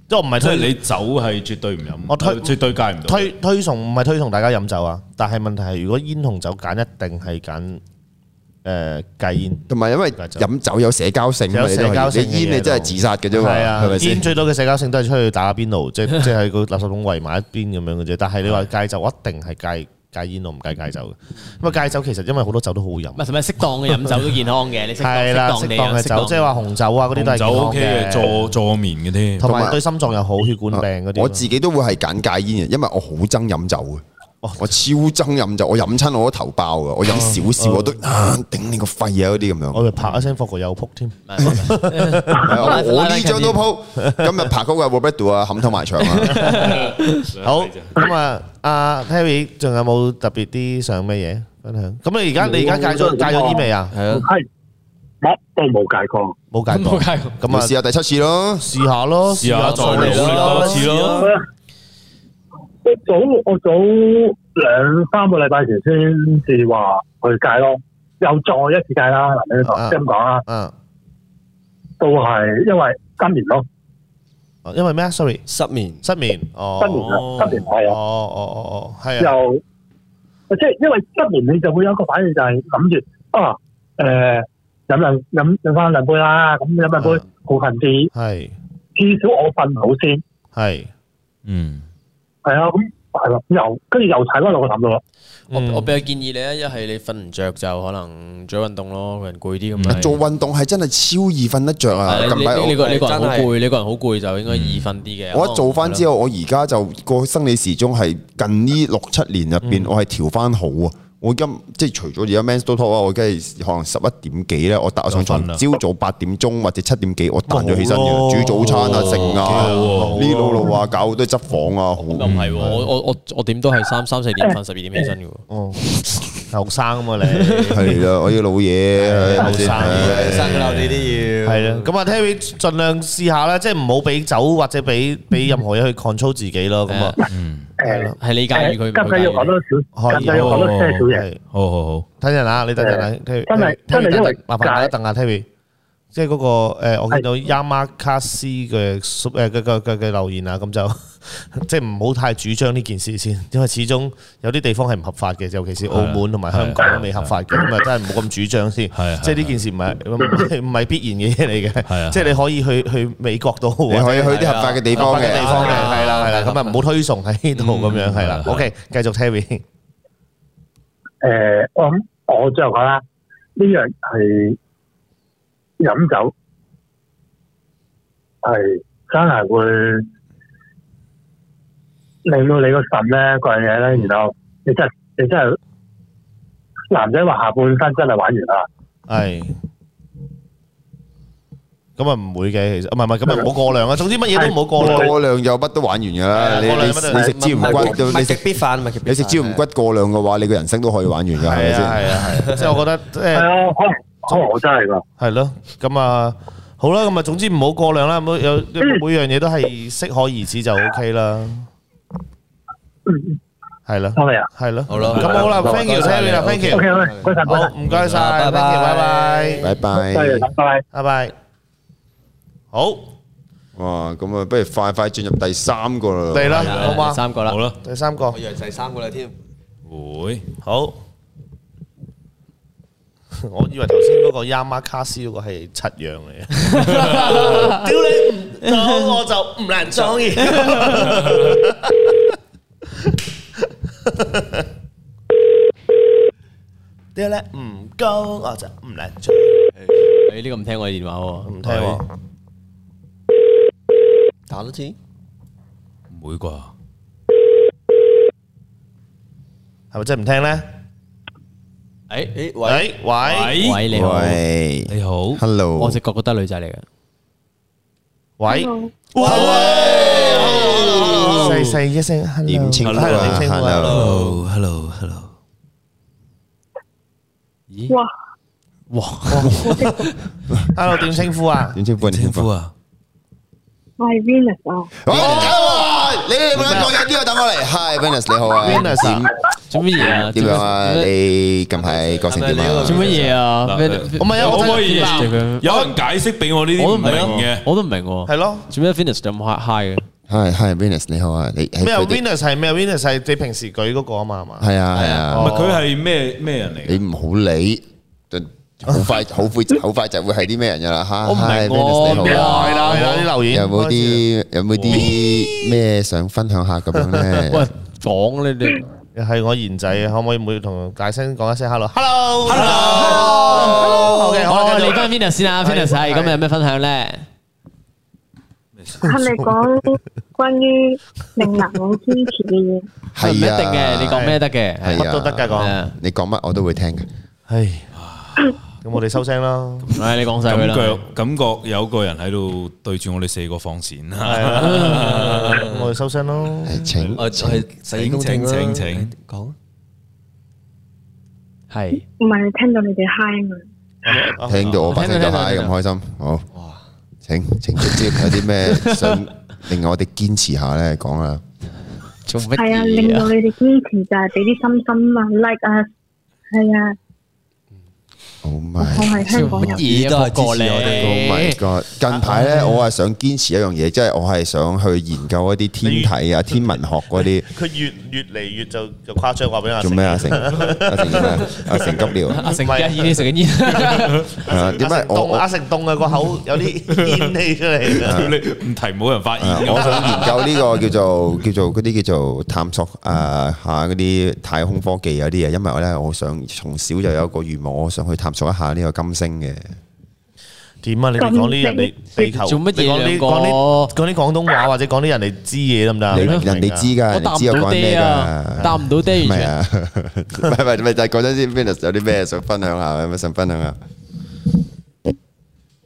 Speaker 1: 即係我唔係
Speaker 2: 即
Speaker 1: 推
Speaker 2: 係你酒係絕對唔飲，呃
Speaker 1: 我推
Speaker 2: 絕對戒唔到。
Speaker 1: 推推崇唔係推崇大家飲酒啊，但係問題係如果煙同酒揀，一定係揀誒戒煙。
Speaker 4: 同埋因為飲酒有社交性啊嘛，
Speaker 1: 有
Speaker 4: 你
Speaker 1: 社
Speaker 4: 都
Speaker 1: 交
Speaker 4: 係
Speaker 1: 性嘅
Speaker 4: 你煙你真係自殺嘅啫嘛，
Speaker 1: 係啊
Speaker 4: 係咪，先
Speaker 1: 煙？最多嘅社交性都係出去打下邊爐，即即係個垃圾桶圍埋一邊咁樣嘅啫。但係你話戒酒，我一定係戒戒煙，我唔戒戒酒嘅。咁啊，戒酒其實因為好多酒都好飲。
Speaker 6: 唔係同埋適當嘅飲酒都健康嘅，你適當
Speaker 1: 係
Speaker 6: 適
Speaker 1: 啦，
Speaker 6: 當
Speaker 1: 適
Speaker 6: 地
Speaker 1: 當嘅酒，即係話紅酒啊嗰啲都係
Speaker 2: 酒
Speaker 1: 健
Speaker 2: OK
Speaker 1: 康
Speaker 2: 嘅，助助眠嘅添，
Speaker 1: 同埋對心臟又好，血管病
Speaker 6: 啊
Speaker 1: 嗰啲。
Speaker 4: 啊我自己都會係揀戒煙嘅，因為我好憎飲酒嘅。
Speaker 6: 哦
Speaker 4: 我超憎飲酒，我飲親我都頭爆嘅，我飲少少
Speaker 6: 哦
Speaker 4: 我都啊頂你個肺啊嗰啲咁樣。啊
Speaker 1: 我哋拍一聲霍個有撲添。
Speaker 4: 我我呢張都鋪，今日拍嗰個 Roberto 啊，冚頭埋牆啊！
Speaker 1: 好，咁啊，阿 Terry 仲有冇特別啲想乜嘢分享？咁你而家你而家戒咗戒咗煙未啊？
Speaker 9: 係乜都冇戒過，
Speaker 1: 冇戒過，
Speaker 9: 冇戒
Speaker 1: 過咁啊，
Speaker 4: 試下第七次咯，
Speaker 1: 試下咯，
Speaker 2: 試下再努力多一次咯。
Speaker 9: 我早我早兩嗯三個禮拜前先至話去戒咯，又再一次戒啦。嗱，你
Speaker 1: 啊
Speaker 9: 講即係咁講啦，都係因為失眠咯，
Speaker 1: 哦因為咩啊？Sorry，失眠，失眠，哦，
Speaker 9: 失眠啊，失眠係啊，
Speaker 1: 哦哦哦哦，係啊，
Speaker 9: 又即係因為失眠，你就會有一個反應就係諗住啊，誒飲兩飲飲翻兩杯啦，咁飲兩杯
Speaker 1: 啊
Speaker 9: 好瞓啲，
Speaker 1: 係
Speaker 9: 至少我瞓好先，
Speaker 1: 係，
Speaker 2: 嗯，
Speaker 9: 係啊，咁係咯，又跟住又踩翻落個氹度咯。
Speaker 6: 我我比較建議你啊，一係你瞓唔着就可能做運動咯，個人攰啲咁
Speaker 4: 啊
Speaker 6: 咪。
Speaker 4: 做運動係真係超易瞓得着啊！
Speaker 6: 係
Speaker 4: 近排
Speaker 6: 你
Speaker 4: 我
Speaker 6: 你個你個人好
Speaker 4: 真係嗯
Speaker 6: 攰，你個人好攰就應該易瞓啲嘅。
Speaker 4: 我一做翻之後，我而家就個生理時鐘係近呢六七年入邊，我係調翻好啊！我今即係除咗而家 Men's Talk 啊，我梗係可能十一點幾咧，我搭我上床，
Speaker 2: 就瞓啦
Speaker 4: 朝早八點鐘或者七點幾，我彈咗起身
Speaker 2: 冇
Speaker 4: 嘅，
Speaker 2: 咯
Speaker 4: 煮早餐啊、
Speaker 2: 哦
Speaker 4: 剩
Speaker 2: 幾
Speaker 4: 啊
Speaker 2: 好喎、
Speaker 4: 呢老路啊、搞好多執房啊，好
Speaker 6: 咁唔係喎，我我我我點都係三三四點瞓，十二點起身嘅喎。
Speaker 1: 哦，後生啊嘛你，
Speaker 4: 係啦，我要老嘢，係咪
Speaker 1: 後
Speaker 4: 先
Speaker 1: 生
Speaker 4: 係
Speaker 1: 生啦，我哋都要。係啊，咁啊，Terry 盡量試下啦，即係唔好俾酒或者俾俾任何嘢去 control 自己咯。咁啊，
Speaker 9: 嗯
Speaker 6: 誒係理解與佢
Speaker 9: 急緊要講多少，急緊
Speaker 2: 啊
Speaker 9: 要講多
Speaker 1: 哦
Speaker 9: 些少嘢。
Speaker 2: 哦好好好，
Speaker 1: 等陣啊，你等陣啊，Terry，
Speaker 9: 真係
Speaker 1: Terry，
Speaker 9: 真係因為
Speaker 1: 麻煩你等下 Terry，即係嗰個誒，我見到 Yamakasi 嘅誒嘅嘅嘅嘅留言啊，咁就 即係唔好太主張呢件事先，因為始終有啲地方係唔合法嘅，尤其是澳門同埋香港都未合法嘅，咁啊真係唔好咁主張先。即係呢件事唔係唔係唔係必然嘅嘢嚟嘅，即係你可以去去美國都好，
Speaker 4: 你可以去啲合法嘅地方
Speaker 1: 合
Speaker 4: 嘅
Speaker 1: 法地方嘅係啦係啦，咁啊唔好推崇喺呢度咁樣係啦。OK，繼續 Terry。
Speaker 9: 誒，我諗我最後講啦，呢樣係飲酒係真係會令到你個腎咧嗰樣嘢咧，然後你真係你真係男仔話下半身真係玩完啦。
Speaker 1: 係。咁啊唔會嘅，其實唔係唔係咁啊唔好過量啊。總之乜嘢都唔好過量。
Speaker 4: 過量就乜都玩完噶啦。你
Speaker 1: 過量
Speaker 4: 你
Speaker 1: 乜都
Speaker 4: 你食椒唔
Speaker 1: 物
Speaker 4: 骨
Speaker 1: 極
Speaker 4: 都，你食
Speaker 1: 必反物極必反
Speaker 4: 你食椒唔骨過量嘅話，你個人生都可以玩完噶，係咪先？
Speaker 1: 係啊係啊係啊即係我覺得即係
Speaker 9: 係啊，可能可能我真係㗎。
Speaker 1: 係咯，咁啊好啦，咁啊總之唔好過量啦，每有每樣嘢都係適可而止就 OK 啦。係啦，係咯，好
Speaker 4: 啦
Speaker 1: 咁好啦
Speaker 4: 好啦
Speaker 1: ，thank you，Terry 啦，thank you，
Speaker 9: 啊 OK，喂唔該晒
Speaker 1: 好，唔該晒
Speaker 9: 唔該晒拜拜
Speaker 1: ，thank you，拜拜，
Speaker 4: 拜拜
Speaker 9: 多謝拜拜，
Speaker 1: 拜拜，好。
Speaker 4: 哇，咁啊，不如快快進入第三個啦。
Speaker 1: 嚟啦，好嘛？
Speaker 6: 個啦，
Speaker 2: 好啦，
Speaker 1: 第三個
Speaker 7: 我以為第三個啦添。
Speaker 2: 會
Speaker 1: 好。 我以為頭先嗰個 Yamakasi 嗰個係七樣嚟嘅，屌你唔講我就唔難中意。 屌你唔講我就唔難中
Speaker 6: 你呢個唔聽我嘅電話喎，唔
Speaker 1: 聽喎
Speaker 7: 打多次，唔
Speaker 2: 唔會啩？
Speaker 1: 係咪真係唔聽咧？
Speaker 7: 誒誒，
Speaker 1: 喂
Speaker 7: 喂
Speaker 1: 喂
Speaker 6: 喂你好
Speaker 4: 喂，
Speaker 2: 你好
Speaker 4: ，Hello，
Speaker 6: 我直覺覺得女仔嚟嘅，
Speaker 1: 喂，
Speaker 11: 哦
Speaker 1: 細細一聲 hello，
Speaker 4: 點稱呼啊
Speaker 1: 係點稱呼啊
Speaker 4: Hello
Speaker 2: hello hello，
Speaker 11: 哇！
Speaker 6: 哇
Speaker 1: ，hello 點稱呼啊？
Speaker 4: 點稱呼？點稱呼啊？
Speaker 11: 我係 Venus 啊，
Speaker 4: 好，你哋冇得講嘢，呢個等我嚟。Hi，Venus，你好啊。
Speaker 1: Venus 啊
Speaker 4: 點
Speaker 6: 做乜嘢啊？
Speaker 4: 點樣啊？你近排過程點啊？
Speaker 6: 做乜嘢啊？我
Speaker 1: 咪有
Speaker 2: 可唔可以
Speaker 1: 嗱
Speaker 2: 有人解釋俾我呢啲
Speaker 6: 我都
Speaker 2: 唔
Speaker 6: 唔
Speaker 2: 明
Speaker 6: 明啊
Speaker 2: 嘅？
Speaker 6: 我都唔明喎，
Speaker 1: 係咯，
Speaker 6: 做咩 finish 咁 high high 嘅？
Speaker 4: Hi，Hi，Venus，你好啊。你係
Speaker 1: 咩啊
Speaker 4: 佢哋
Speaker 1: ？Venus 係咩啊？Venus 係你平時舉嗰個啊嘛，係嘛？
Speaker 4: 係啊係啊。
Speaker 2: 唔係佢係咩咩人嚟？
Speaker 4: 你唔好理，好快好快好快就會係啲咩人噶啦嚇。
Speaker 6: 我唔明
Speaker 4: Hi，Venus，
Speaker 6: 喎
Speaker 4: 你好啊
Speaker 1: 係啦係啦，啲留言
Speaker 4: 有冇啲有冇啲咩想分享下咁樣
Speaker 6: 喂
Speaker 4: 咧？，
Speaker 6: 講你哋
Speaker 1: 又係我賢仔，可唔可以每同大聲講一聲 hello？hello。OK，好啦
Speaker 6: 好，
Speaker 1: 繼續
Speaker 6: 你翻 Venus 先啊，Venus 係咁有咩分享咧？
Speaker 11: 係咪講關於令男人堅持嘅嘢？
Speaker 4: 係啊
Speaker 6: 唔一定嘅，你講咩都得嘅，
Speaker 4: 係
Speaker 1: 乜都得㗎講
Speaker 6: 係啊
Speaker 4: 你講乜我都會聽嘅。
Speaker 1: 唉，咁我哋收聲啦。
Speaker 6: 唉，你講晒佢
Speaker 2: 感
Speaker 6: 啦
Speaker 2: 覺。感覺有個人喺度對住我哋四個放閃
Speaker 1: 係
Speaker 2: 啦。
Speaker 1: 啦，咁我哋收聲咯。
Speaker 4: 係請
Speaker 7: 我係洗
Speaker 2: 請
Speaker 7: 公
Speaker 2: 請
Speaker 7: 聽
Speaker 2: 請
Speaker 7: 啦。
Speaker 2: 請，
Speaker 7: 講
Speaker 6: 係
Speaker 11: 唔係聽到你哋嗨嘛？
Speaker 4: 聽到我把聲就嗨咁開心，好。請請直接有啲咩想令我哋堅持下咧講啊？
Speaker 6: 做乜
Speaker 11: 係啊，令
Speaker 6: 嘢
Speaker 11: 到
Speaker 6: 啊？
Speaker 11: 你哋堅持
Speaker 1: Dạ,
Speaker 11: 就係俾啲心心啊，like 啊，係
Speaker 1: à,
Speaker 11: 啊，
Speaker 4: 好
Speaker 11: 我
Speaker 4: Oh my Oh
Speaker 11: 係香港人
Speaker 6: 乜。嘢都係過你
Speaker 4: my god！近排咧，我係啊想堅持一樣嘢，即係我係想去研究一啲天體啊、天文學嗰啲。
Speaker 1: 佢越越嚟越就就誇張，話俾阿
Speaker 4: 做
Speaker 1: 成
Speaker 4: 咩啊？阿成阿成做咩啊？
Speaker 6: 阿
Speaker 4: 阿成急尿啊
Speaker 6: 成而家已經食緊煙，
Speaker 4: 係啊？點
Speaker 1: 阿成
Speaker 4: 解我
Speaker 1: 凍，
Speaker 4: 我
Speaker 1: 阿成凍啊個口有啲煙氣出嚟
Speaker 2: 屌
Speaker 1: 啊。
Speaker 2: 你唔提冇人發現
Speaker 4: 誒
Speaker 2: 㗎。
Speaker 4: 啊我想研究呢個叫做叫做嗰啲叫做探索啊下嗰啲太空科技嗰啲嘢，因為我咧我想從小就有一個願望，我想去探索一下呢個金星嘅。
Speaker 1: 點啊？你哋講啲人哋地球
Speaker 6: 做乜嘢
Speaker 1: 你講啲
Speaker 6: 兩
Speaker 1: 講
Speaker 6: 個
Speaker 1: 啲講啲廣東話，或者講啲人哋知嘢得唔得
Speaker 9: À,
Speaker 1: 啊？
Speaker 4: 你
Speaker 1: 明唔明啊
Speaker 4: 人哋知 㗎，
Speaker 6: 我
Speaker 4: 人
Speaker 6: 答
Speaker 4: 哋
Speaker 6: 唔
Speaker 4: 知我
Speaker 6: 到
Speaker 4: 講
Speaker 6: 爹
Speaker 4: 咩
Speaker 6: 啊，
Speaker 4: 㗎？
Speaker 6: 答唔到爹
Speaker 4: 唔
Speaker 6: 完
Speaker 4: 係
Speaker 6: 全。
Speaker 4: 啊，唔係唔係唔係，就係講真先，Venus 有啲咩想分享下？有咩想分享下？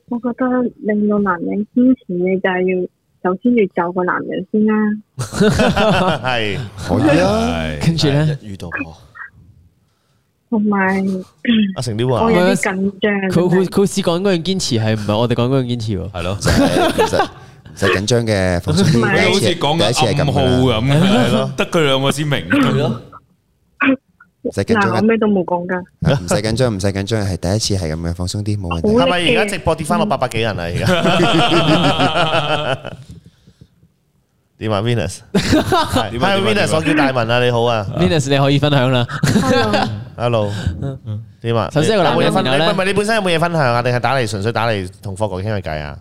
Speaker 11: 我覺得令到男人堅持嘅就係要首先要就個男人先啦，
Speaker 1: 係
Speaker 4: 可以啊，
Speaker 2: 係
Speaker 6: 跟住咧，
Speaker 7: 一遇到我，同埋
Speaker 1: 阿成啲
Speaker 7: 我有啲緊張。
Speaker 6: 佢佢佢好似講嗰樣堅持係唔係我哋講嗰樣堅持喎？
Speaker 2: 係咯，
Speaker 4: 其實唔使緊張嘅，放鬆啲。
Speaker 2: 好似講
Speaker 4: 第一次係
Speaker 2: 緊暗
Speaker 4: 咁
Speaker 2: 號
Speaker 4: 㗎
Speaker 2: 咁，
Speaker 4: 啦
Speaker 2: 係咯，得佢兩個先明。咯，
Speaker 4: 唔使緊
Speaker 7: 嗱，我
Speaker 4: 張，
Speaker 7: 咩都冇講㗎。
Speaker 4: 唔使緊張，唔使緊張，係第一次係咁嘅，放鬆啲，冇問題。
Speaker 7: 好叻
Speaker 1: 係咪而家直播跌翻落八百幾人啊？而家點啊，Venus？係
Speaker 6: 點啊
Speaker 1: Venus，我叫大文啊，你好啊
Speaker 6: Venus，你可以分享啦。
Speaker 1: ，Hello，點啊？
Speaker 6: 首先一個
Speaker 1: 你
Speaker 6: 男
Speaker 1: 有冇嘢
Speaker 6: 人
Speaker 1: 分
Speaker 6: 然後咧
Speaker 1: 唔係你本身有冇嘢分享啊？定係打嚟純粹打嚟同霍哥傾下偈啊？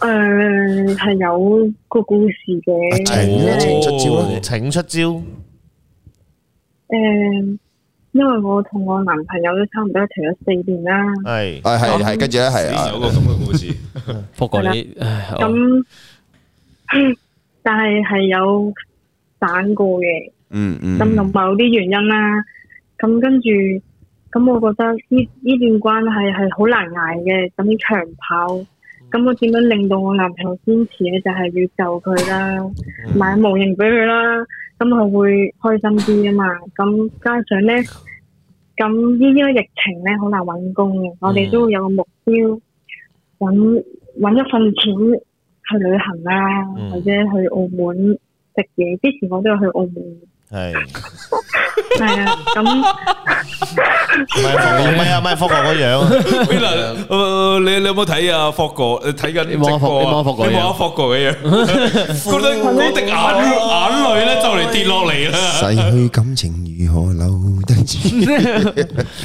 Speaker 1: Ờ,
Speaker 7: 誒，係有個故事嘅。
Speaker 1: 請出招啊！請出招！
Speaker 7: 誒，因為我同我男朋友都差唔多一齊咗四年啦。
Speaker 1: 係，
Speaker 4: 啊係係係，跟住咧係啊，
Speaker 6: 福哥你
Speaker 7: 係，咁但係係有散過嘅，
Speaker 4: 嗯嗯，
Speaker 7: 咁有某啲原因啦。咁跟住，咁我覺得呢呢段關係係好難捱嘅，咁長跑。咁我點樣令到我男朋友堅持咧？就係、要就佢啦，買模型俾佢啦，咁佢會開心啲啊嘛。咁加上咧，咁依家疫情咧好難揾工嘅，我哋都會有個目標，揾揾一份錢去旅行啦，
Speaker 1: 嗯
Speaker 7: 或者去澳門食嘢。之前我都有去澳門，
Speaker 1: 係，唔
Speaker 7: 係啊，咁。
Speaker 1: 係霍哥，唔係啊，唔係霍哥個樣。
Speaker 2: 誒你你有冇睇啊？霍哥，你睇緊直播啊？
Speaker 6: 你望下霍哥
Speaker 2: 你望下霍哥嘅樣，嗰對嗰滴眼眼淚咧就嚟跌落嚟啦。
Speaker 4: 逝去感情如何留得住？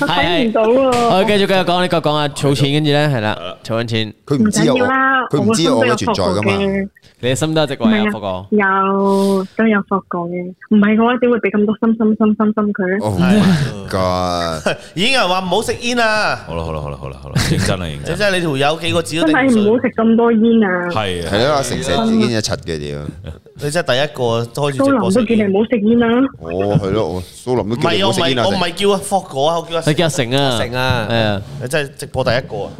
Speaker 6: 係係
Speaker 7: 唔到喎，
Speaker 6: 我繼續繼續講，你繼續講啊，儲錢跟住咧係啦，儲緊錢，
Speaker 4: 佢
Speaker 7: 唔緊要啦，我個心都有霍哥嘅。
Speaker 6: 你嘅心都有直
Speaker 7: 唔
Speaker 6: 位啊，福
Speaker 7: 係
Speaker 6: 哥
Speaker 7: 啊，。有都有霍哥嘅，唔係嘅話點會俾咁多心心心心心佢咧？
Speaker 4: Oh my god！
Speaker 1: 已經有人話唔好食煙啊！
Speaker 2: 好啦好啦好啦好啦好啦，認真啦認
Speaker 1: 你
Speaker 2: 真。
Speaker 1: 真係你條友幾個字都
Speaker 7: 真
Speaker 1: 頂
Speaker 7: 係
Speaker 1: 唔
Speaker 7: 唔
Speaker 1: 順
Speaker 7: 好。食咁多煙啊！
Speaker 2: 係
Speaker 4: 係咯，成成自己一柒嘅屌，
Speaker 1: 你真係第一個開始
Speaker 7: 蘇
Speaker 1: 直
Speaker 7: 林
Speaker 1: 播食
Speaker 7: 都叫
Speaker 1: 煙。
Speaker 7: 你唔好食煙啦，
Speaker 4: 我係咯，我蘇林都
Speaker 1: 唔
Speaker 4: 叫你
Speaker 1: 係
Speaker 4: 唔
Speaker 1: 我唔
Speaker 4: 好食煙啊
Speaker 1: 係我唔係叫啊霍哥啊，我叫阿
Speaker 6: 你叫阿成啊，
Speaker 3: 成
Speaker 7: Ờ.
Speaker 3: 啊
Speaker 6: 係啊，
Speaker 1: 你真係直播第一個啊！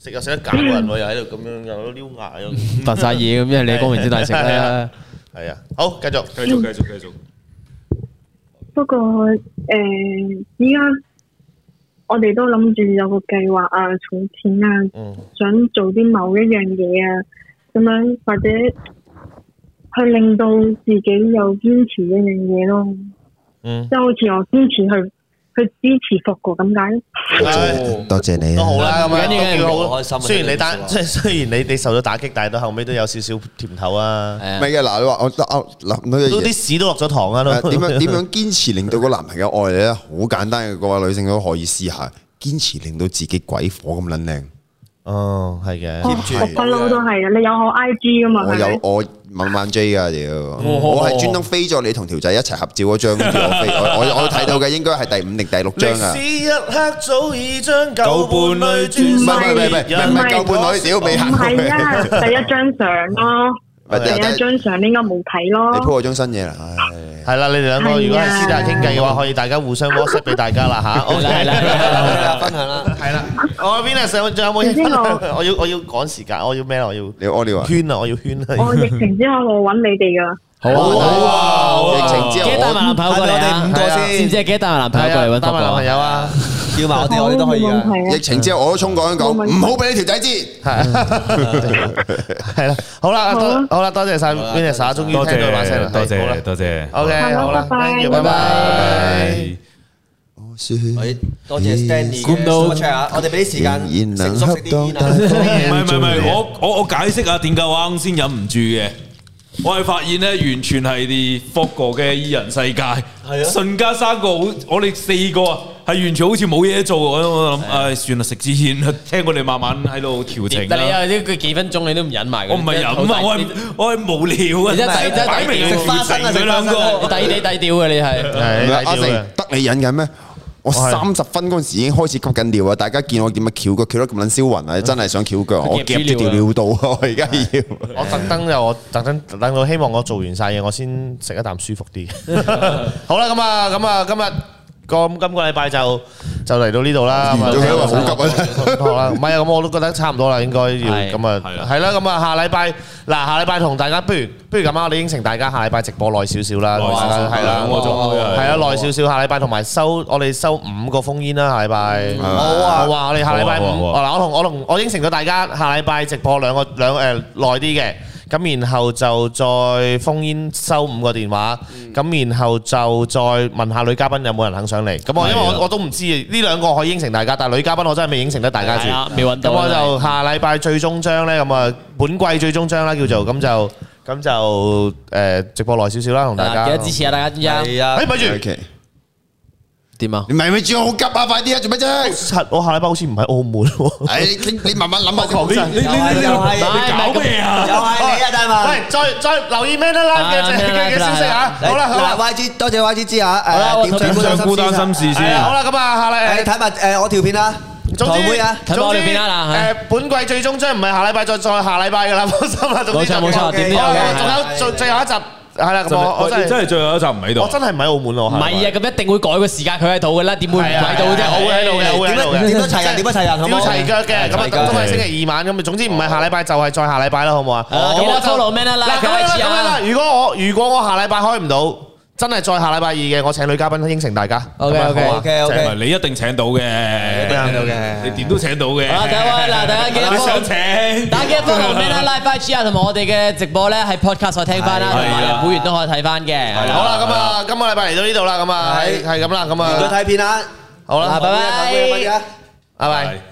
Speaker 1: 食又食得假個人喎，又喺度咁樣又撩牙又。
Speaker 6: 發晒嘢咁，因為你講明先大食
Speaker 1: 係
Speaker 6: 啦
Speaker 1: 啊。係啊，好，繼續。
Speaker 2: 繼續繼續繼續。
Speaker 7: 不過誒，依家我哋都諗住有個計劃啊，儲錢啊，想做啲某一樣嘢啊，咁樣或者去令到自己有堅持一樣嘢咯。
Speaker 1: 嗯
Speaker 7: 即，係好似我堅持去去支持霍哥咁解。
Speaker 4: 多謝你
Speaker 1: 都
Speaker 4: 啊！
Speaker 1: 好啦，咁
Speaker 6: 唔緊
Speaker 1: 樣
Speaker 6: 要
Speaker 1: 都叫
Speaker 3: 唔
Speaker 1: 好。
Speaker 3: 開心啊
Speaker 1: 雖然你
Speaker 3: 呢
Speaker 1: 單，
Speaker 3: 啲
Speaker 1: 即係雖然你你受咗打擊，但係到後尾都有少少甜頭啊，
Speaker 6: 係
Speaker 4: 唔
Speaker 6: 啊
Speaker 4: 係嘅嗱，你話我嗱諗到一樣
Speaker 1: 都
Speaker 4: 嘢
Speaker 1: 啲屎都落咗糖啊，
Speaker 4: 誒
Speaker 1: 都
Speaker 4: 點樣點樣堅持令到個男朋友愛你咧？好簡單嘅，各位女性都可以試下，堅持令到自己鬼火咁撚靚。
Speaker 1: 哦，係嘅。
Speaker 7: 哦
Speaker 4: 住
Speaker 7: 我不嬲都係啊！你有我 I G 噶嘛？
Speaker 4: 啊我
Speaker 7: 係
Speaker 4: 有
Speaker 7: 咪？
Speaker 4: 我慢慢 J 噶屌，我係專登飛咗你同條仔一齊合照嗰張，跟住我飛，我我我睇到嘅應該係第五定第六張啊。
Speaker 1: 一刻早已將
Speaker 2: 舊伴侶轉
Speaker 4: 唔係唔係唔係唔係唔係夠半女屌未行
Speaker 7: 唔
Speaker 4: 過啊
Speaker 7: 係啊，第一張相咯，
Speaker 4: 喂
Speaker 7: 第一張相你應該冇睇
Speaker 4: 你
Speaker 7: 咯。
Speaker 4: 鋪嗰張新嘢啦，唉，
Speaker 1: 係啦，啊你哋兩個如果係私底下傾偈嘅話，可以大家互 相 WhatsApp 俾大家啦吓。
Speaker 6: 係
Speaker 1: OK，
Speaker 6: 啦係 啦係啦
Speaker 3: 大家分享啦，
Speaker 1: 係啦。我 Venus 有仲有冇嘢分享？ 我要我要趕時間，我要咩啊？我要
Speaker 4: 你屙尿啊？
Speaker 1: 圈啊！我要圈啊！
Speaker 7: 我疫情之後我揾你哋噶，
Speaker 6: 好啊，
Speaker 4: 疫情之
Speaker 6: 記得帶埋
Speaker 4: 後
Speaker 6: 男朋友過嚟啊！
Speaker 3: 我哋五個先
Speaker 6: 知唔知係記得帶埋男朋友過嚟
Speaker 1: 係啊，
Speaker 6: 揾
Speaker 1: 帶埋男
Speaker 6: 福
Speaker 1: 朋
Speaker 6: 哥？
Speaker 1: 友啊！
Speaker 3: 叫埋我哋，我
Speaker 7: 冇
Speaker 3: 哋都可以
Speaker 7: 問
Speaker 1: à.
Speaker 3: 啊。
Speaker 4: 我，
Speaker 7: 題
Speaker 4: 疫
Speaker 7: 啊。
Speaker 4: 情之後我都衝過香港，唔好俾你條仔知。
Speaker 1: 係啦，好啦，多好啦，多謝晒 Venus 啊，終於聽
Speaker 2: 多
Speaker 1: 到佢把聲
Speaker 2: 謝
Speaker 1: 啦，
Speaker 2: 多
Speaker 1: 係好啦
Speaker 2: 謝多謝。
Speaker 1: ，OK，好啦
Speaker 7: 拜拜
Speaker 1: ，thank you，拜拜。
Speaker 2: 係
Speaker 3: 喂多謝 Stanley
Speaker 6: 估唔
Speaker 3: 嘅
Speaker 6: 到
Speaker 3: super chat
Speaker 7: Ờ,
Speaker 3: 啊！我哋俾啲時間
Speaker 4: 仍然
Speaker 3: 成
Speaker 4: 能
Speaker 3: 熟
Speaker 4: 恰
Speaker 3: 食啲
Speaker 4: 到
Speaker 3: 煙
Speaker 4: 大
Speaker 3: 啊！
Speaker 2: 唔
Speaker 4: 方
Speaker 2: 係唔係
Speaker 4: 向
Speaker 2: 唔係，
Speaker 4: 做
Speaker 2: 我我我解釋下點解我啱先忍唔住嘅。我係發現咧，完全係啲霍哥嘅二人世界，係
Speaker 3: 啊
Speaker 2: 瞬間三個好，我哋四個啊，係完全好似冇嘢做。我我諗，唉，算啦，食支煙啦，聽我哋慢慢喺度調情
Speaker 6: 但你
Speaker 2: 啦。
Speaker 6: 有啲佢幾分鐘你都唔忍埋㗎
Speaker 2: 我唔係飲啊，我係我係無聊啊，
Speaker 6: 你真係真係
Speaker 2: 擺明係
Speaker 6: 食
Speaker 3: 花生啊
Speaker 2: 調情佢兩
Speaker 3: 食花生啊
Speaker 2: 個。
Speaker 6: 低低低調嘅你係。
Speaker 1: 係，
Speaker 4: 阿成得你忍緊咩？我三十分嗰陣時已經開始吸緊尿啊！大家見我點樣翹腳翹得咁撚銷魂啊！真係想翹腳，我夾住條尿道啊！我而家要
Speaker 1: 我特登又我特登等到希望我做完晒嘢，我先食 一啖舒服啲。好啦，咁啊，咁啊，今日咁今個禮拜就就嚟到呢度啦，
Speaker 4: 完咗佢因為好急啊
Speaker 1: 好啦，唔係啊，咁我都覺得差唔多啦，應該要咁啊，係啦，咁啊，下禮拜嗱，下禮拜同大家不如不如咁啊，我哋應承大家下禮拜直播耐少少啦，
Speaker 2: 耐少少
Speaker 1: 係啦，
Speaker 2: 兩個鐘啊
Speaker 1: 係啊，耐少少，下禮拜同埋收我哋收五個封煙啦，下禮拜
Speaker 2: 好啊
Speaker 1: 好啊，我哋下禮拜五，
Speaker 2: 好啊好啊好
Speaker 1: 嗱，我同我同我應承咗大家下禮拜直播兩個兩誒耐啲嘅。咁然後就再封煙收五個電話，咁然後就再問下女嘉賓有冇人肯上嚟。咁我因為
Speaker 6: 係啊
Speaker 1: 我我都唔知呢兩個可以應承大家，但係女嘉賓我真係未應承得大家住
Speaker 6: 係啊未揾。
Speaker 1: 咁
Speaker 6: 到啊
Speaker 1: 我就下禮拜最終章呢，咁啊本季最終章啦叫做，咁就咁就誒直播耐少少啦，同大家。
Speaker 6: 記得支持啊，大家知唔知啊？
Speaker 1: 係
Speaker 7: à,
Speaker 1: 啊誒咪住
Speaker 6: 點啊？
Speaker 4: 你咪咪住，我好急啊！快啲啊！做咩啫？
Speaker 1: 柒我下禮拜好似唔喺澳門喎。
Speaker 4: 唉，你你慢慢諗下
Speaker 1: 講真，
Speaker 4: 你
Speaker 7: 又係你啊，大文。
Speaker 1: 喂，再再留意 Man Live 嘅嘅嘅消息啊！好啦，好啦。
Speaker 7: 嗱，YG À, 多謝 YGG 啊，誒，
Speaker 1: 好啦，我
Speaker 7: 點
Speaker 1: 同
Speaker 7: 上
Speaker 1: 上
Speaker 2: 孤單心事先
Speaker 1: 好啦，咁啊，下禮
Speaker 7: 誒，睇埋誒我條片啦，
Speaker 1: 總之
Speaker 7: 台妹啊，
Speaker 1: 總之誒，本季最終章唔係下禮拜，再再下禮 拜噶啦，放心啦。總之就
Speaker 6: 冇錯冇錯點都有嘅
Speaker 1: 好啦
Speaker 6: 係啦
Speaker 1: 仲有最最後一集係啦，咁啊我我
Speaker 2: 喂
Speaker 1: 真
Speaker 2: 真
Speaker 1: 係
Speaker 2: 係最後一集唔喺度，
Speaker 1: 我真係唔喺澳門咯。
Speaker 6: 唔係啊，咁一定會改個時間，佢喺度噶啦，點會唔
Speaker 1: 係啊
Speaker 6: 喺度啫？
Speaker 1: 係啊
Speaker 6: 我會喺度
Speaker 1: 係啊
Speaker 6: 嘅，我會喺度
Speaker 1: 點
Speaker 6: 嘅。
Speaker 1: 都
Speaker 7: 點樣齊人？點樣齊人？好
Speaker 1: 要
Speaker 7: 冇？
Speaker 1: 齊腳嘅，咁啊都係星期二晚咁啊。總之唔係下禮拜就係再下禮拜啦，好唔好啊？
Speaker 6: 啦
Speaker 1: 咁
Speaker 6: 記得
Speaker 1: 我就
Speaker 6: 哦 follow Man 啦
Speaker 1: 嗱咁樣啦，咁
Speaker 6: like IG 啊
Speaker 1: 樣啦。如果我如果我下禮拜開唔到，真係再下禮拜二嘅，我請女嘉賓應承大家。
Speaker 6: OK，
Speaker 1: 咁樣好啊
Speaker 7: OK，OK
Speaker 2: 唔係你一定請到嘅，你點都請到嘅。
Speaker 6: 好啦，大家喂嗱，大家記得
Speaker 2: 你
Speaker 6: follow
Speaker 2: 想請？
Speaker 6: 大家記得 follow Man Live IG 啊，同埋我哋嘅直播咧喺 podcast 可以聽翻啦，同
Speaker 2: 係啊
Speaker 6: 埋會員都可以睇翻嘅。
Speaker 1: 好啦，咁啊，今個禮拜嚟到
Speaker 9: Ờ.
Speaker 1: 呢度啦，咁啊，係係咁啦，咁啊，
Speaker 9: À,
Speaker 7: 睇片啦，
Speaker 1: 好啦，
Speaker 7: 嗱，拜拜。
Speaker 1: 拜拜。